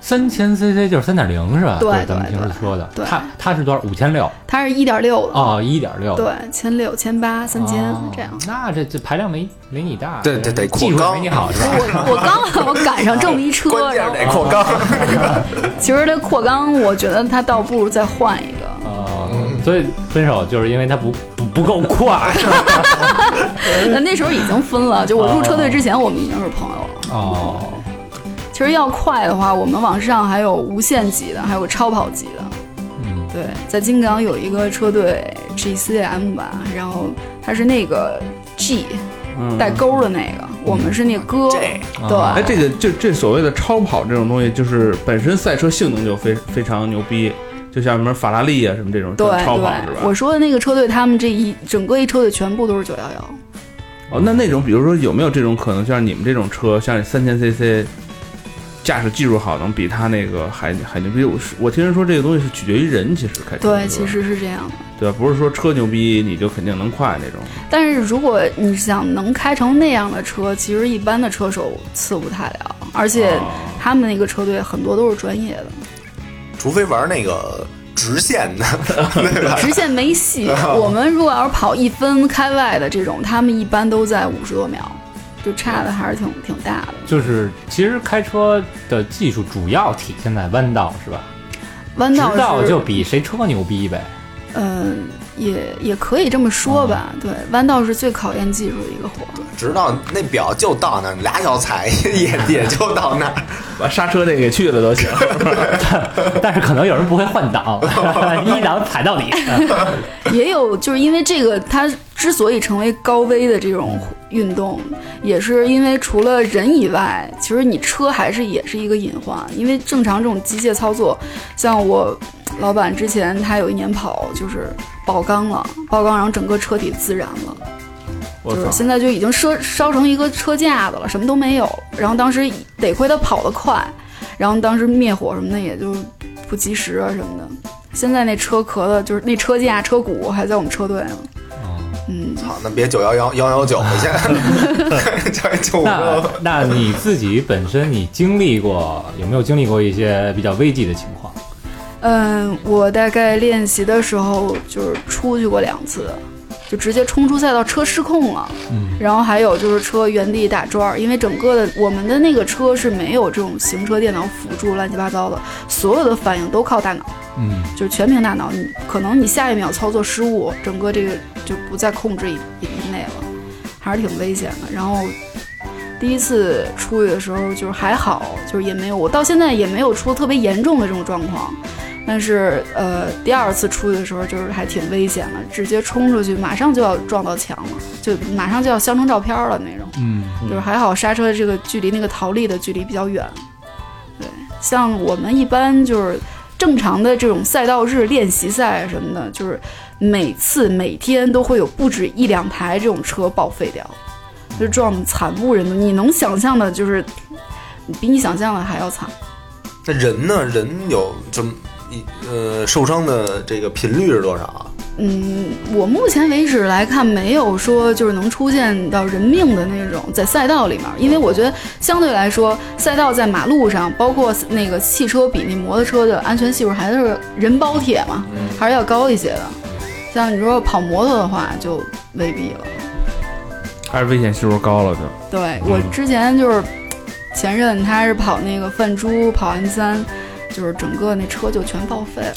三千 CC 就是三点零是吧？对就是咱们对平时对说的，对它它是多少？五千六它是一点六的，哦，一点六，对，千六、千八、三千哦这样。那这这排量没没你大，对对对技术扩也嗯缸没你好是吧？我我刚好赶上这么一车，关键然是后得扩缸，啊 其实这扩缸，我觉得它倒不如再换一个。哦，所以分手就是因为它不不不够快。哎那那时候已经分了，就我入哦车队之前，我们已经是朋友了。哦，其实要快的话，我们往上还有无限级的，还有超跑级的。嗯，对，在金港有一个车队 GCM 吧，然后它是那个 G 带勾的那个，我们是那哥。这啊哎，对，这个就这所谓的超跑这种东西，就是本身赛车性能就非非常牛逼，就像什么法拉利啊什么这种对超跑是对，我吧？说的那个车队，他们这一整个一车队全部都是九幺幺。哦，那那种比如说有没有这种可能，像你们这种车，像三千 CC，驾驶技术好，能比他那个还还牛逼？我是我听人说这个东西是取决于人，其实开车是对，吧其实是这样的。对吧？不是说车牛逼你就肯定能快那种。但是如果你想能开成那样的车，其实一般的车手次不太了，而且哦他们那个车队很多都是专业的。除非玩那个直线 的，对吧？ 直线没戏。我们如果要是跑一分开外的这种，他们一般都在五十多秒，就差的还是挺挺大的。就是其实开车的技术主要体现在弯道是吧？弯直道道是就比谁车牛逼呗。嗯，也也可以这么说吧。对，弯道是最考验技术的一个活儿。直到那表就到那儿，你俩脚踩也也就到那儿。把 刹车那个给去了都行。但是可能有人不会换 挡，一档踩到底。也有就是因为这个，它之所以成为高危的这种运动，也是因为除了人以外，其实你车还是也是一个隐患。因为正常这种机械操作，像我老板之前他有一年跑就是爆缸了，爆缸然后整个车体自燃了。 我就是操！现在就已经烧烧成一个车架子了，什么都没有了。然后当时得亏他跑得快，然后当时灭火什么的也就不及时啊什么的。现在那车壳子就是那车架、车骨还在我们车队呢。哦嗯，操，那别九幺幺幺幺九去， 叫救护那车。那你自己本身你经历过有没有经历过一些比较危急的情况？嗯，我大概练习的时候就是出去过两次，就直接冲出赛道，车失控了。嗯，然后还有就是车原地打转儿，因为整个的我们的那个车是没有这种行车电脑辅助，乱七八糟的，所有的反应都靠大脑，嗯，就是全凭大脑。你可能你下一秒操作失误，整个这个就不在控制以以内了，还是挺危险的。然后第一次出去的时候就是还好，就是也没有我到现在也没有出特别严重的这种状况。但是，呃，第二次出去的时候就是还挺危险的，直接冲出去，马上就要撞到墙了，就马上就要相成照片了那种。嗯，就是还好刹车这个距离那个逃离的距离比较远。对，像我们一般就是正常的这种赛道日练习赛什么的，就是每次每天都会有不止一两台这种车报废掉，就是撞惨不忍睹。你能想象的，就是比你想象的还要惨。那人呢？人有就一呃受伤的这个频率是多少啊？嗯，我目前为止来看，没有说就是能出现到人命的那种在赛道里面，因为我觉得相对来说，赛道在马路上，包括那个汽车比那摩托车的安全系数还是人包铁嘛，还是要高一些的。像你说跑摩托的话，就未必了。还是危险系数高了就。对我之前就是前任，他是跑那个泛珠，跑 M 三，就是整个那车就全报废了，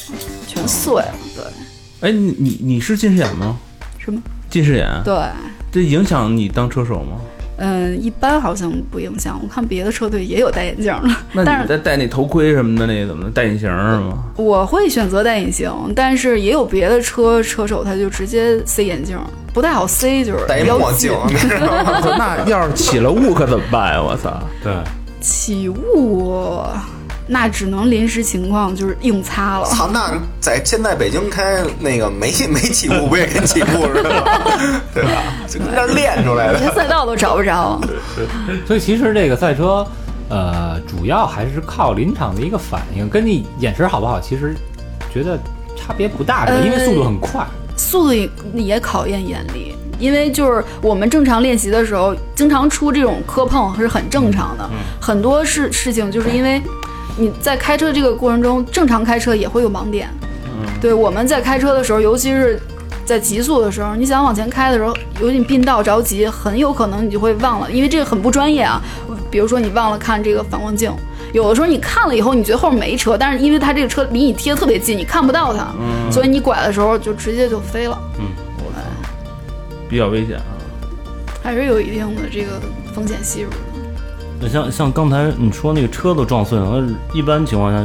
全碎了。对，哎，你你你是近视眼吗？什么？近视眼，对。这影响你当车手吗？嗯，一般好像不影响。我看别的车队也有戴眼镜的，那但你是再戴那头盔什么的，那怎么戴隐形是吗？我会选择戴隐形，但是也有别的车车手他就直接塞眼镜，不太好塞，就是戴一比较墨镜啊紧，你知道吗？ 我操那要是起了雾可怎么办呀？我操！对，起雾，那只能临时情况就是硬擦了。操，那在现在北京开那个没没起步，不也跟起步似 的吗？对吧？就跟那儿练出来的。 连赛道都找不着，所以其实这个赛车，呃，主要还是靠临场的一个反应，跟你眼神好不好，其实觉得差别不大，是吧？呃因为速度很快。速度也也考验眼力，因为就是我们正常练习的时候，经常出这种磕碰是很正常的。很多事事情就是因为你在开车这个过程中，正常开车也会有盲点。对，我们在开车的时候，尤其是在急速的时候，你想往前开的时候，有点并道着急，很有可能你就会忘了，因为这个很不专业啊。比如说你忘了看这个反光镜，有的时候你看了以后，你觉得后面没车，但是因为它这个车离你贴得特别近，你看不到它，所以你拐的时候就直接就飞了，比较危险啊。还是有一定的这个风险系数的。那像像刚才你说那个车都撞碎了，那一般情况下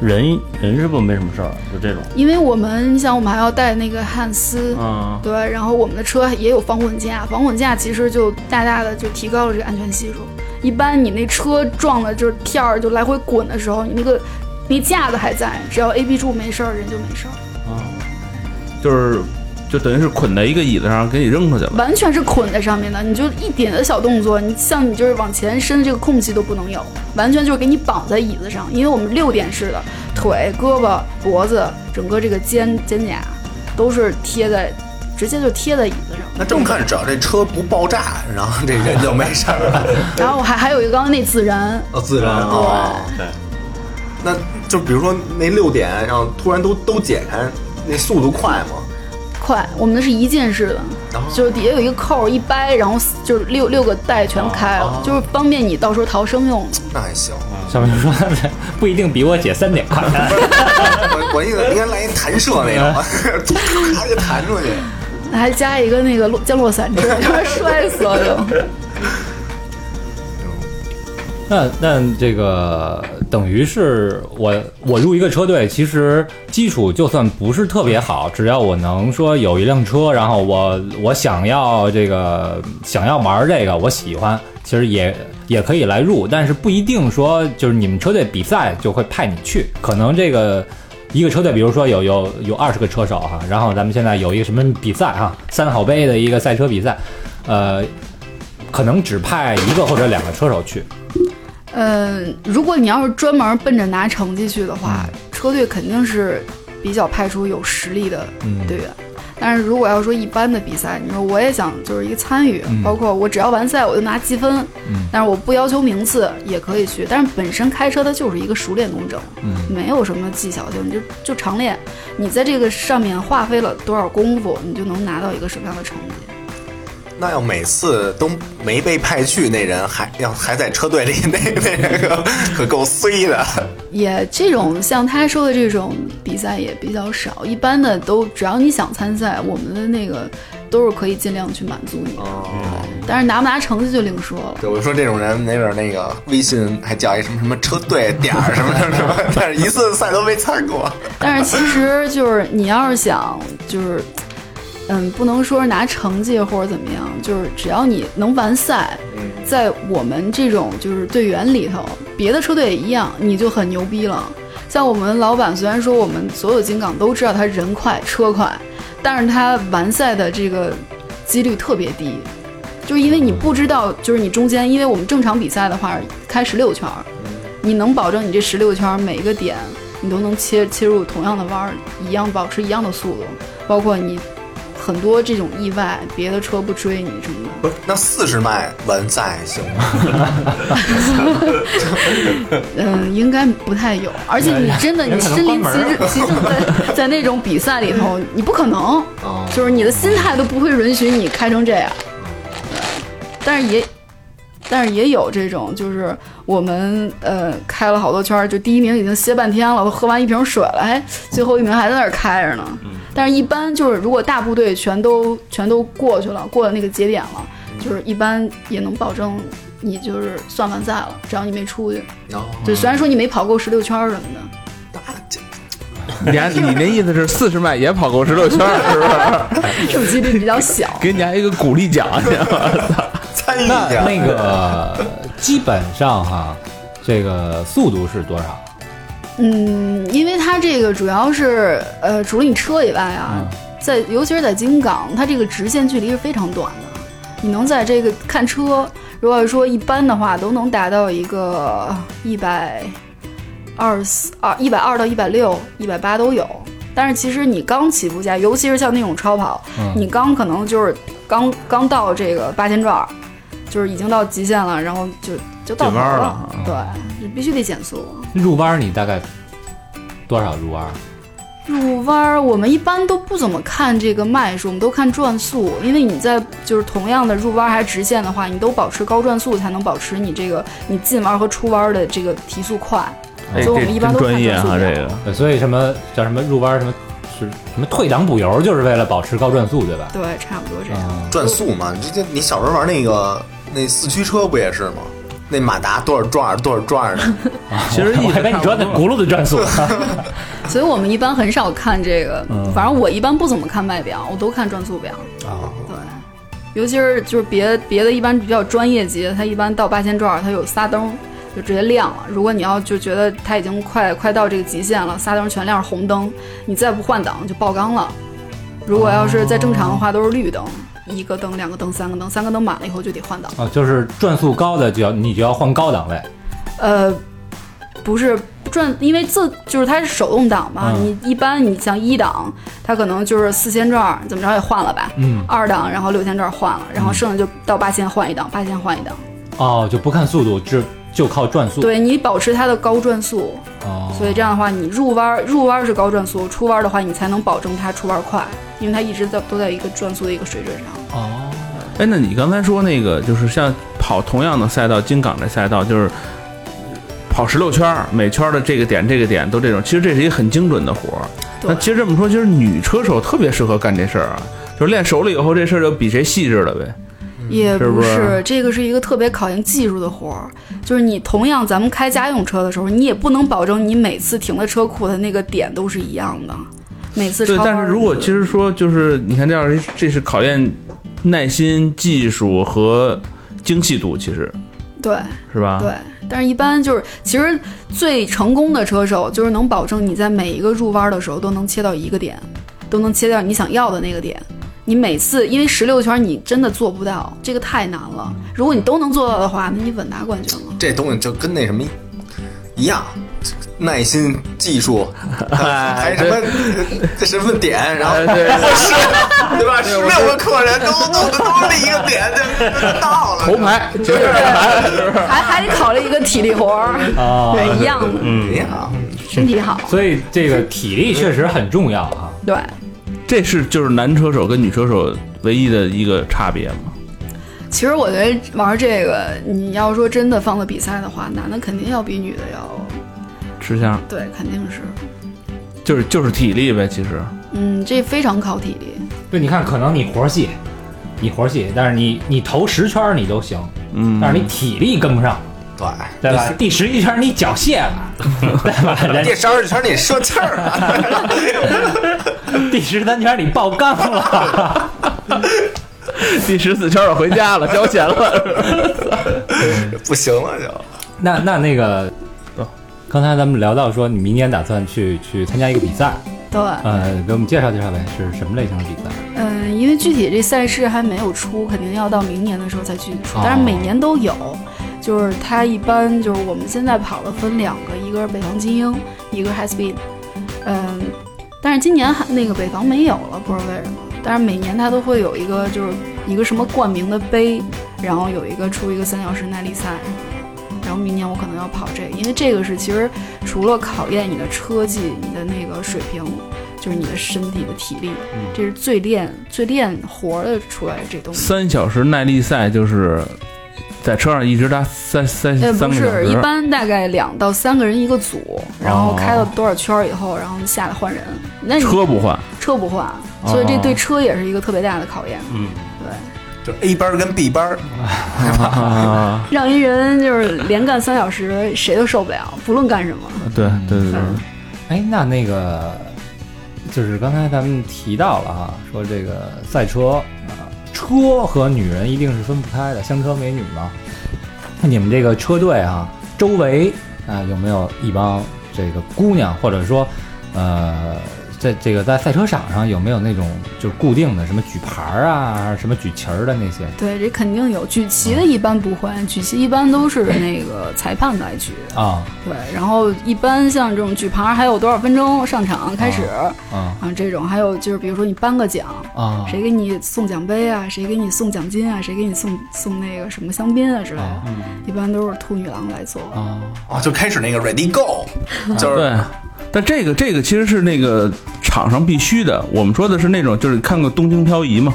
人人是不是没什么事儿？啊就这种，因为我们，你想，我们还要带那个汉斯。嗯，对，然后我们的车也有防滚架，防滚架其实就大大的就提高了这个安全系数。一般你那车撞了就是片儿就来回滚的时候，你那个那架子还在，只要 A B 柱没事儿，人就没事儿，就是就等于是捆在一个椅子上给你扔出去了。完全是捆在上面的，你就一点的小动作，你像你就是往前伸的这个空隙都不能有，完全就是给你绑在椅子上，因为我们六点式的，腿、胳膊、脖子，整个这个肩肩胛都是贴在，直接就贴在椅子上。那这么看，只要这车不爆炸，然后这人就没事儿了。然后我还还有一个刚刚那自燃， 哦，自然哦。对，那就比如说那六点，然后突然都都解开，那速度快吗？快，我们的是一键式的，然后就是底下有一个扣儿一掰，然后就是六六个带全开了，就是方便你到时候逃生用的。那还行，小明说不一定比我姐三点快。我我应该应该来一弹射那 种，啪就弹出去。还加一个那个落降落伞，直接摔死了就。那那这个等于是我我入一个车队，其实基础就算不是特别好，只要我能说有一辆车，然后我我想要这个想要玩这个，我喜欢，其实也也可以来入，但是不一定说就是你们车队比赛就会派你去，可能这个。一个车队，比如说有有有二十个车手哈、然后咱们现在有一个什么比赛哈、三好杯的一个赛车比赛，呃，可能只派一个或者两个车手去，嗯，如果你要是专门奔着拿成绩去的话，车队肯定是比较派出有实力的嗯队员。但是如果要说一般的比赛，你说我也想就是一个参与，包括我只要完赛我就拿积分，但是我不要求名次也可以去。但是本身开车它就是一个熟练工整，没有什么技巧性，你就就常练。你在这个上面花费了多少功夫，你就能拿到一个什么样的成绩。那要每次都没被派去，那人还要还在车队里，那那个可够衰的。也这种像他说的这种比赛也比较少，一般的都只要你想参赛，我们的那个都是可以尽量去满足你的。但是拿不拿成绩就另说了。对，我说这种人没准那个微信还叫一什么什么车队点儿什么什么什么， 但是一次赛都没参过。但是其实就是你要是想就是，嗯，不能说是拿成绩或者怎么样，就是只要你能完赛，在我们这种就是队员里头，别的车队也一样，你就很牛逼了。像我们老板，虽然说我们所有金港都知道他人快车快，但是他完赛的这个几率特别低，就是因为你不知道，就是你中间，因为我们正常比赛的话开十六圈儿，你能保证你这十六圈儿每一个点你都能切切入同样的弯儿，一样保持一样的速度，包括你很多这种意外，别的车不追你什么的。不是，那四十迈完赛行吗？嗯，应该不太有，而且你真的你身临其境，其境在在那种比赛里头，你不可能，就是你的心态都不会允许你开成这样。但是也，但是也有这种，就是我们呃开了好多圈儿，就第一名已经歇半天了，都喝完一瓶水了，还最后一名还在那儿开着呢。但是，一般就是如果大部队全都全都过去了，过了那个节点了，就是一般也能保证你就是算完赛了，只要你没出去。然后啊对，虽然说你没跑够十六圈儿什么的， 你还你那意思是四十迈也跑够十六圈儿，是不是？这种几率比较小。给你还一个鼓励奖，你知 道吗参与一那下，那个基本上哈，这个速度是多少？嗯，因为它这个主要是呃，除了你车以外嗯啊，在尤其是在金港，它这个直线距离是非常短的。你能在这个看车，如果说一般的话，都能达到一个呃一百二四二一百二到一百六、一百八都有。但是其实你刚起步价，尤其是像那种超跑，嗯你刚可能就是刚刚到这个八千转儿，就是已经到极限了，然后就就到头进弯儿啊了，对，就必须得减速。入弯儿你大概多少入弯儿？入弯儿，我们一般都不怎么看这个迈数，我们都看转速，因为你在就是同样的入弯儿还是直线的话，你都保持高转速才能保持你这个你进弯儿和出弯儿的这个提速快，哎所以我们这一般真都看专业转速哈表。这个对呃所以什么叫什么入弯儿什么是什么退档补油，就是为了保持高转速，对吧？对，差不多这样。嗯，转速嘛，你这你小时候玩那个那四驱车不也是吗？那马达多少转多少转的，其实意我思还跟你说那轱辘的 转速，所以我们一般很少看这个，反正我一般不怎么看外表，我都看转速表。对，尤其是就是别别的一般比较专业级的，它一般到八千转儿，它有仨灯儿就直接亮了。如果你要就觉得它已经快快到这个极限了，仨灯儿全亮是红灯，你再不换挡就爆缸了。如果要是再正常的话，都是绿灯，一个灯、两个灯、三个灯，三个灯满了以后就得换挡。啊，就是转速高的就要你就要换高档位，呃，不是转，因为自就是它是手动挡嘛，嗯你一般你像一档，它可能就是四千转，怎么着也换了吧，嗯，二档然后六千转换了，然后剩下就到八千换一档，八千换一档，哦，就不看速度，就就靠转速，对你保持它的高转速，哦，所以这样的话你入弯儿入弯儿是高转速，出弯儿的话你才能保证它出弯儿快，因为它一直在都在一个转速的一个水准上。哦，哎，那你刚才说那个，就是像跑同样的赛道，金港这赛道，就是跑十六圈儿，每圈儿的这个点这个点都这种，其实这是一个很精准的活儿。对那其实这么说，其实女车手特别适合干这事儿啊，就是练熟了以后，这事儿就比谁细致了呗。也嗯是不不是这个是一个特别考验技术的活儿。就是你同样咱们开家用车的时候，你也不能保证你每次停的车库的那个点都是一样的，每次对，超但弯是儿如果其实说就是你看，这样是这是考验耐心、技术和精细度，其实对是吧？对，但是一般就是其实最成功的车手就是能保证你在每一个入弯的时候都能切到一个点，都能切掉你想要的那个点。你每次因为十六圈你真的做不到，这个太难了。如果你都能做到的话，那你稳拿冠军了。这东西就跟那什么一样，耐心、技术，哎还有什么这身份点，然后哎是，哎对吧？十六个客人都都都都是一个点，就就到 了。头牌，绝对是头牌，是不是？还还得考虑一个体力活儿，啊，对，一样 的，一嗯，样，身体好，所以这个体力确实很重要啊。对， 这是就是男车手跟女车手唯一的一个差别嘛？其实我觉得玩这个，你要说真的放到比赛的话，男的肯定要比女的要，吃香对，肯定是，就是就是体力呗，其实嗯，这非常考体力，对，你看，可能你活细，你活细，但是你你头十圈儿你都行，嗯但是你体力跟不上，对。对吧？第十一圈儿你缴械了， 对吧？人第十二圈你说气儿 啊了，第十三圈儿你爆缸 了， 第十四圈我回家了，交钱了。不行了就。那那那个，哦刚才咱们聊到说你明年打算去去参加一个比赛，对，呃，给我们介绍介绍呗，是什么类型的比赛？嗯，因为具体这赛事还没有出，肯定要到明年的时候再具体出哦，但是每年都有。就是它一般就是我们现在跑的分两个，一个是北方精英，一个是 High Speed。嗯，但是今年还那个北方没有了，不知道为什么。但是每年它都会有一个就是一个什么冠名的杯，然后有一个出一个三小时耐力赛。然后明年我可能要跑这个，因为这个是其实除了考验你的车技、你的那个水平，就是你的身体的体力，嗯这是最练最练活儿的出来的这东西。 三小时耐力赛就是在车上一直搭三三呃，三不个小是，一时，般大概两到三个人一个组，然后开了多少圈儿以后，然后下来换人。那你车不换，车不换，所以这哦对车也是一个特别大的考验。嗯，对，就 A 班跟 B 班，啊，让一人就是连干三小时，谁都受不了，不论干什么。对对对对，嗯哎，那那个就是刚才咱们提到了哈，说这个赛车啊，车和女人一定是分不开的，香车美女嘛。那你们这个车队啊，周围啊有没有一帮这个姑娘，或者说呃，在这个在赛车场上有没有那种就是固定的什么举牌儿啊，什么举旗儿的那些对，这肯定有。举旗的一般不会，举旗一般都是那个裁判来举。啊对，然后一般像这种举牌儿还有多少分钟上场开始啊啊，这种还有就是比如说你颁个奖，啊？谁给你送奖杯啊？谁给你送奖金啊？谁给你送送那个什么香槟啊之类的啊？一般都是兔女郎来做。啊？哦，就开始那个 Ready Go，就是啊啊对。但这个这个其实是那个场上必须的，我们说的是那种就是看过《东京漂移》嘛，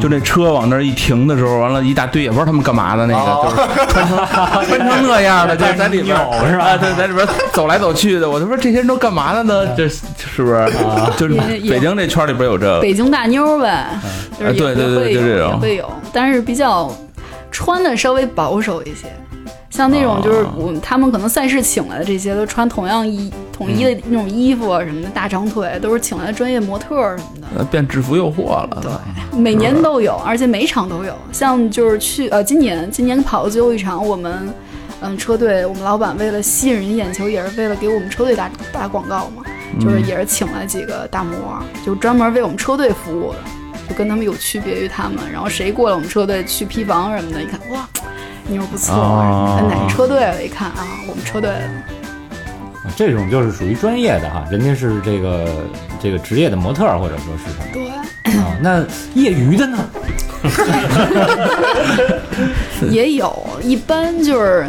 就那车往那儿一停的时候，完了，一大堆也不知道他们干嘛的那个，就是啊穿成那样的，就是哦 在里边扭是吧啊，对，在里边走来走去的，我就说这些人都干嘛的呢？这是是不是？就是也也北京这圈里边有这个，北京大妞儿呗，就嗯是也哎对对对也会就这有，种也会有，但是比较穿的稍微保守一些。像那种就是哦我们他们可能赛事请来的这些都穿同样衣统一的嗯那种衣服啊什么的，大长腿都是请来的专业模特儿什么的。呃变制服诱惑对了。，每年都有，而且每一场都有。像就是去呃，今年今年跑的最后一场，我们嗯车队，我们老板为了吸引人眼球，也是为了给我们车队打打广告嘛，就是也是请了几个大模，就专门为我们车队服务的，就跟他们有区别于他们。然后谁过了我们车队去批房什么的，一看哇，妞儿不错，哦哪个车队的？一看啊，我们车队的。这种就是属于专业的哈，人家是这个这个职业的模特儿或者说是什么。对，啊，那业余的呢？ 也有，一般就是，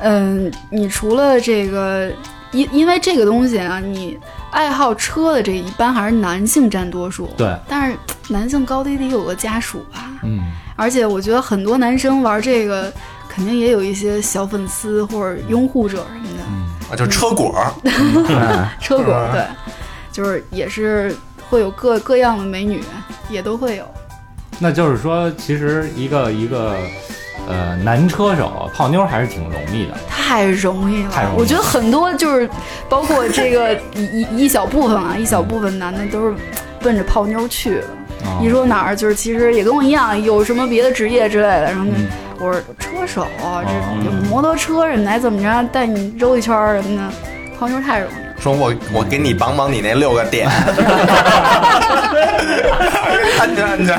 嗯，你除了这个，因因为这个东西啊，你爱好车的这一般还是男性占多数，对，但是嗯男性高低得有个家属吧，嗯，而且我觉得很多男生玩这个，肯定也有一些小粉丝或者拥护者什么的。啊，就是车果儿，哎车果对，就是也是会有各各样的美女，也都会有。 那就是说，其实一个一个呃男车手泡妞还是挺容易的。太容易了，太容易了我觉得很多就是包括 这个一一一小部分啊，一小部分男的都是奔着泡妞去的。啊一说哪儿就是其实也跟我一样，有什么别的职业之类的，然后就、嗯哦我说车手啊，这摩托车什么的，还怎么着带你兜一圈儿什么的，泡妞太容易了。说我我给你绑绑你那六个 点，安全安全。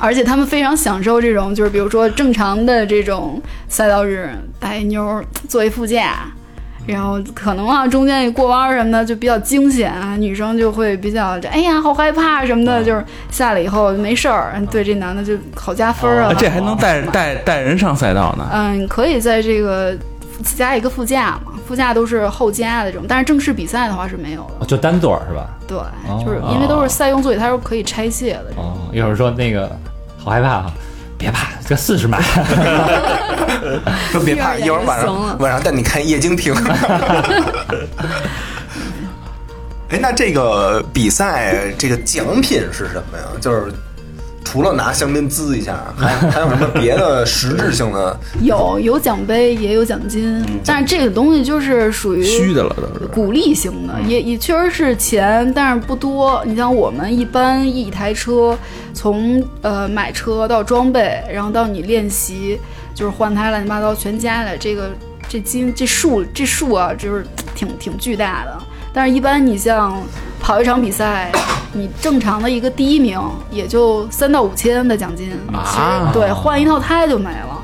而且他们非常享受这种，就是比如说正常的这种赛道日，带妞儿坐一副驾，然后可能啊中间一过弯儿什么的就比较惊险啊，女生就会比较这哎呀好害怕什么的，就是下来以后没事儿，对这男的就好加分儿啊。啊这还能 带带带人上赛道呢？嗯，可以在这个加一个副驾嘛，副驾都是后加的这种，但是正式比赛的话是没有的。哦就单座儿是吧？对，就是因为都是赛用座椅，它是可以拆卸的。哦，一会儿说那个好害怕啊，别怕，这四十码。说别怕，第二眼一会儿晚就怂了上晚上带你看液晶 屏。哎，那这个比赛这个奖品是什么呀？就是除了拿香槟滋一下，还 还有什么别的实质性的？有有奖杯，也有奖金，但是这个东西就是属于嗯虚的了都是。鼓励型的，也也确实是钱，但是不多。你像我们一般一台车，从呃买车到装备，然后到你练习，就是换胎乱七八糟全加起来，这个这金这数这数啊，就是 挺挺巨大的。但是，一般你像跑一场比赛，你正常的一个第一名也就三到五千的奖金，其实对，换一套胎就没了。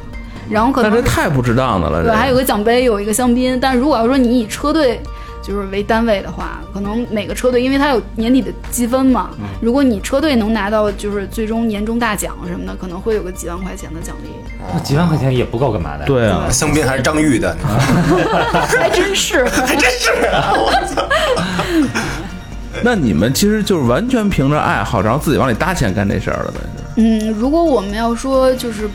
然后可那能这太不值当的了。对，还有个个奖杯，有一个香槟。但如果要说你以车队就是为单位的话，可能每个车队，因为它有年底的积分嘛，如果你车队能拿到就是最终年终大奖什么的，可能会有个几万块钱的奖励。那 几万块钱也不够干嘛的？，对啊，香槟还是张裕的？还真是，还真是、那你们其实就是完全凭着爱好，然后自己往里搭钱干这事儿了呗。 嗯，如果我们要说就是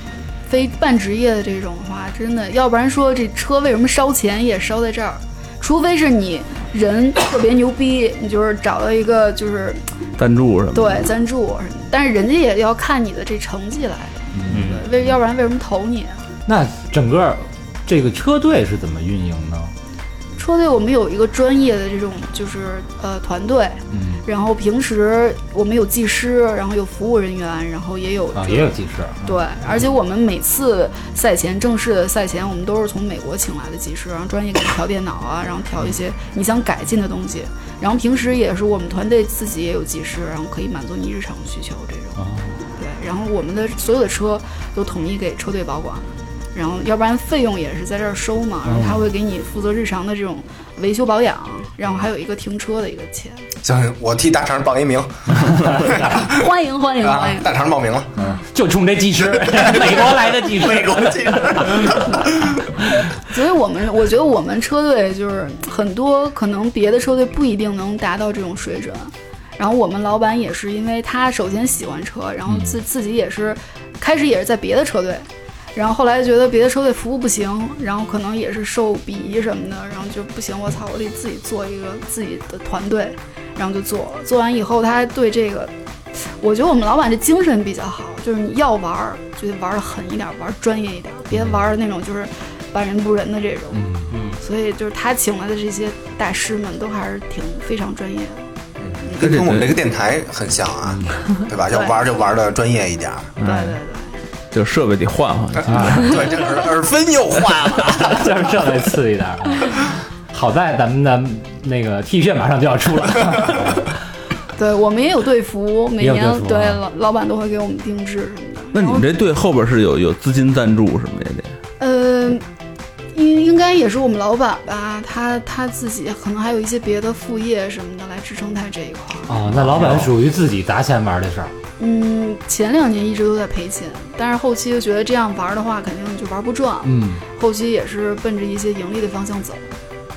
非半职业的这种的话，真的，要不然说这车为什么烧钱也烧在这儿？除非是你人特别牛逼，你就是找到一个就是赞助什么的？对赞助什么的，但是人家也要看你的这成绩来，嗯对为要不然为什么投你啊？那整个这个车队是怎么运营呢？车队我们有一个专业的这种就是呃团队，嗯，然后平时我们有技师，然后有服务人员，然后也有、啊，也有技师啊。对，而且我们每次赛前正式的赛前，我们都是从美国请来的技师，然后专业给你调电脑啊，然后调一些你想改进的东西，然后平时也是我们团队自己也有技师，然后可以满足你日常需求这种。对，然后我们的所有的车都统一给车队保管，然后要不然费用也是在这儿收嘛，然后他会给你负责日常的这种维修保养，然后还有一个停车的一个钱。行，我替大肠报一名 欢迎欢迎啊欢迎！！大肠报 名了，就冲这技 师，美国来的技师，美国记者。所以我们我觉得我们车队就是很多可能别的车队不一定能达到这种水准。然后我们老板也是，因为他首先喜欢车，然后自自己也是，开始也是在别的车队，然后后来觉得别的车队服务不行，然后可能也是受鄙夷什么的，然后就不行，我操，我得自己做一个自己的团队，然后就做了。做完以后，他还对这个，我觉得我们老板这精神比较好，就是你要玩儿就得玩的狠一点，玩儿专业一点，别玩的那种就是半人不人的这种。嗯嗯。所以就是他请来的这些大师们都还是挺非常专业的，跟跟我们这个电台很像啊，嗯对吧？要玩就玩的专业一点儿。对对对，就设备得换换。啊对，这耳耳分又化 了。就是这得刺一点儿。啊好在咱们的那个 T 恤马上就要出 了，对我们也有队服，每也有年队服啊对老老板都会给我们定制什么的。那你们这队后边是有有资金赞助什么也得。呃，应应该也是我们老板吧，他他自己可能还有一些别的副业什么的来支撑他这一块儿。哦，那老板属于自己砸钱玩的事儿，嗯，前两年一直都在赔钱，但是后期就觉得这样玩儿的话，肯定就玩不转。嗯，后期也是奔着一些盈利的方向走。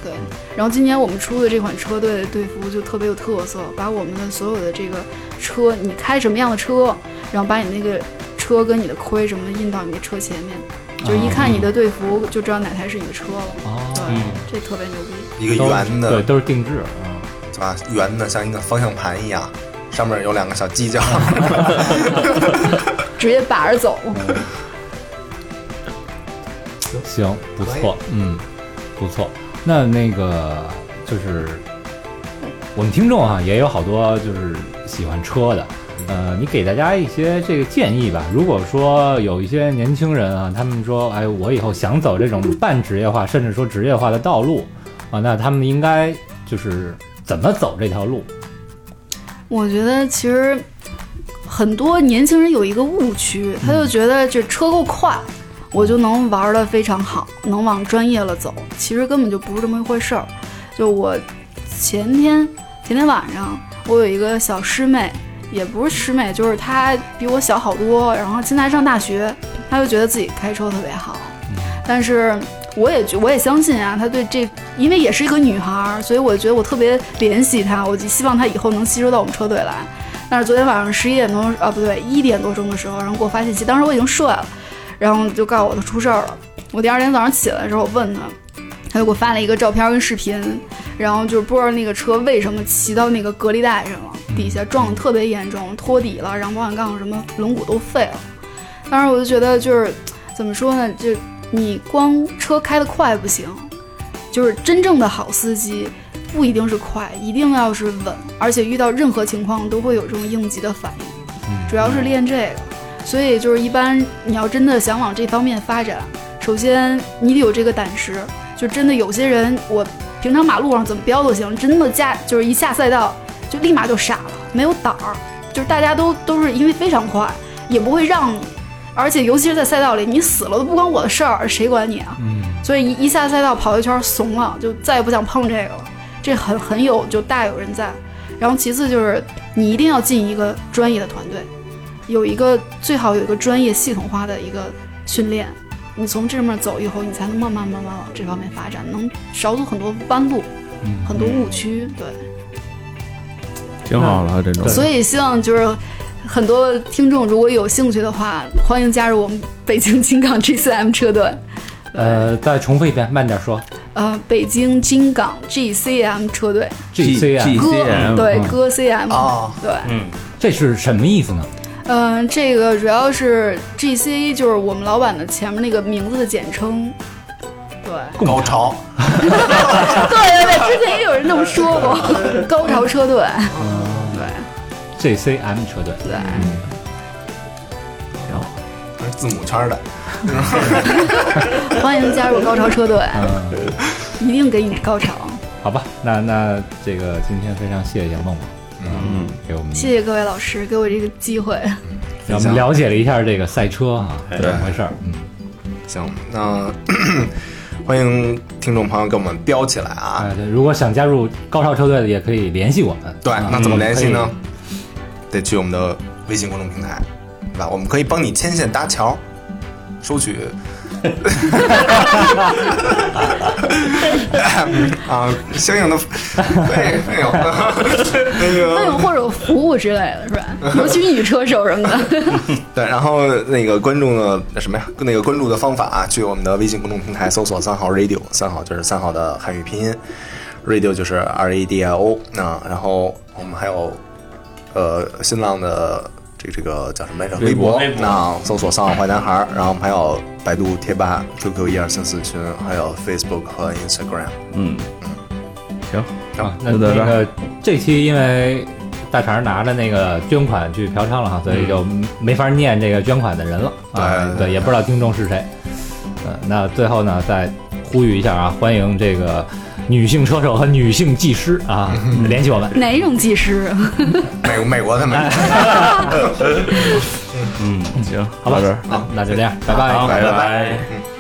对，然后今年我们出的这款车队的队服就特别有特色，把我们的所有的这个车，你开什么样的车，然后把你那个车跟你的盔什么的印到你的车前面，就是一看你的队服就知道哪台是你的车了。哦对，这特别牛逼。一个都圆的对，，都是定制，啊，圆的像一个方向盘一样，上面有两个小 犄角。直接把着走，行，不错，嗯，不错。那那个就是我们听众啊，也有好多就是喜欢车的，嗯呃，你给大家一些这个建议吧。如果说有一些年轻人啊，他们说，哎，我以后想走这种半职业化，甚至说职业化的道路啊，那他们应该就是怎么走这条路？我觉得其实很多年轻人有一个误区，他就觉得这车够快，我就能玩的非常好，能往专业了走。其实根本就不是这么一回事儿。就我前天前天晚上，我有一个小师妹，也不是师妹，就是她比我小好多，然后现在上大学，她就觉得自己开车特别好，但是。我也觉，我也相信啊，她对这，因为也是一个女孩儿，所以我觉得我特别怜惜她，我就希望她以后能吸收到我们车队来。但是昨天晚上十一点多啊，不对，一点多钟的时候，然哎后给我发信息，当时我已经睡了，然后就告诉我她出事儿了。我第二天早上起来的时候，我问她，她就给我发了一个照片跟视频，然后就是不知道那个车为什么骑到那个隔离带上了，底下撞得特别严重，托底了，然后保险杠什么轮毂都废了。当时我就觉得就是怎么说呢，就你光车开得快不行，就是真正的好司机不一定是快，一定要是稳，而且遇到任何情况都会有这种应急的反应，主要是练这个。所以就是一般你要真的想往这方面发展，首先你得有这个胆识。就真的有些人，我平常马路上怎么飙都行，真的加就是一下赛道就立马就傻了，没有胆儿。就是大家都都是因为非常快，也不会让你，而且尤其是在赛道里，你死了都不关我的事儿，谁管你啊？所以一一下赛道跑一圈儿怂了，就再也不想碰这个了。这很很有就大有人在。然后其次就是你一定要进一个专业的团队，有一个最好有一个专业系统化的一个训练。你从这面走以后，你才能慢慢慢慢往这方面发展，能少走很多弯路，很多误区。对，挺好了，这种所以希望就是很多听众如果有兴趣的话，欢迎加入我们北京金港 GCM 车队。呃，再重复一遍，慢点说。呃，北京金港 GCM 车队， G GC 啊， G 歌 CM 对嗯歌 CM 哦对，嗯这是什么意思呢？嗯、这个主要是 GC 就是我们老板的前面那个名字的简称，对，高潮，对对对，之前也有人这么说过， 高潮车队，对 GCM 车队，对，它是字母圈的，欢迎加入高潮车队，嗯，一定给你高潮，好吧，那那这个今天非常谢谢梦梦，嗯，给我们谢谢各位老师给我这个机会，让我们了解了一下这个赛车啊，哎怎么回事儿，嗯，行，那 欢迎听众朋友给我们标起来啊！啊，对如果想加入高潮车队的也可以联系我们，对啊，那怎么联系呢？可以得去我们的微信公众平台，对吧？我们可以帮你牵线搭桥，收取。 啊，相应的费 费用， 那个那种或者有服务之类的是吧？尤其女车手什么的， 对，然后那个关注的那什么呀？那个关注的方法啊，去我们的微信公众平台搜索“三好 radio”，三好就是三好的汉语拼音，radio 就是 R A D I O 啊。然后我们还有呃新浪的这这个叫什么来着？微博微博那搜索“三好坏男孩儿”，然后我们还有百度贴吧、QQ 一二三四群，还有 Facebook 和 Instagram。嗯，行，啊，那就到这那儿个这期因为大肠拿着那个捐款去嫖娼了哈，所以就没法念这个捐款的人了啊，对对，也不知道听众是谁。呃，那最后呢，再呼吁一下啊，欢迎这个女性车手和女性技师啊 联系我们。哪种技师啊？美美国的美，行，好到吧这儿。，那那就这样，拜拜。好，拜拜拜嗯。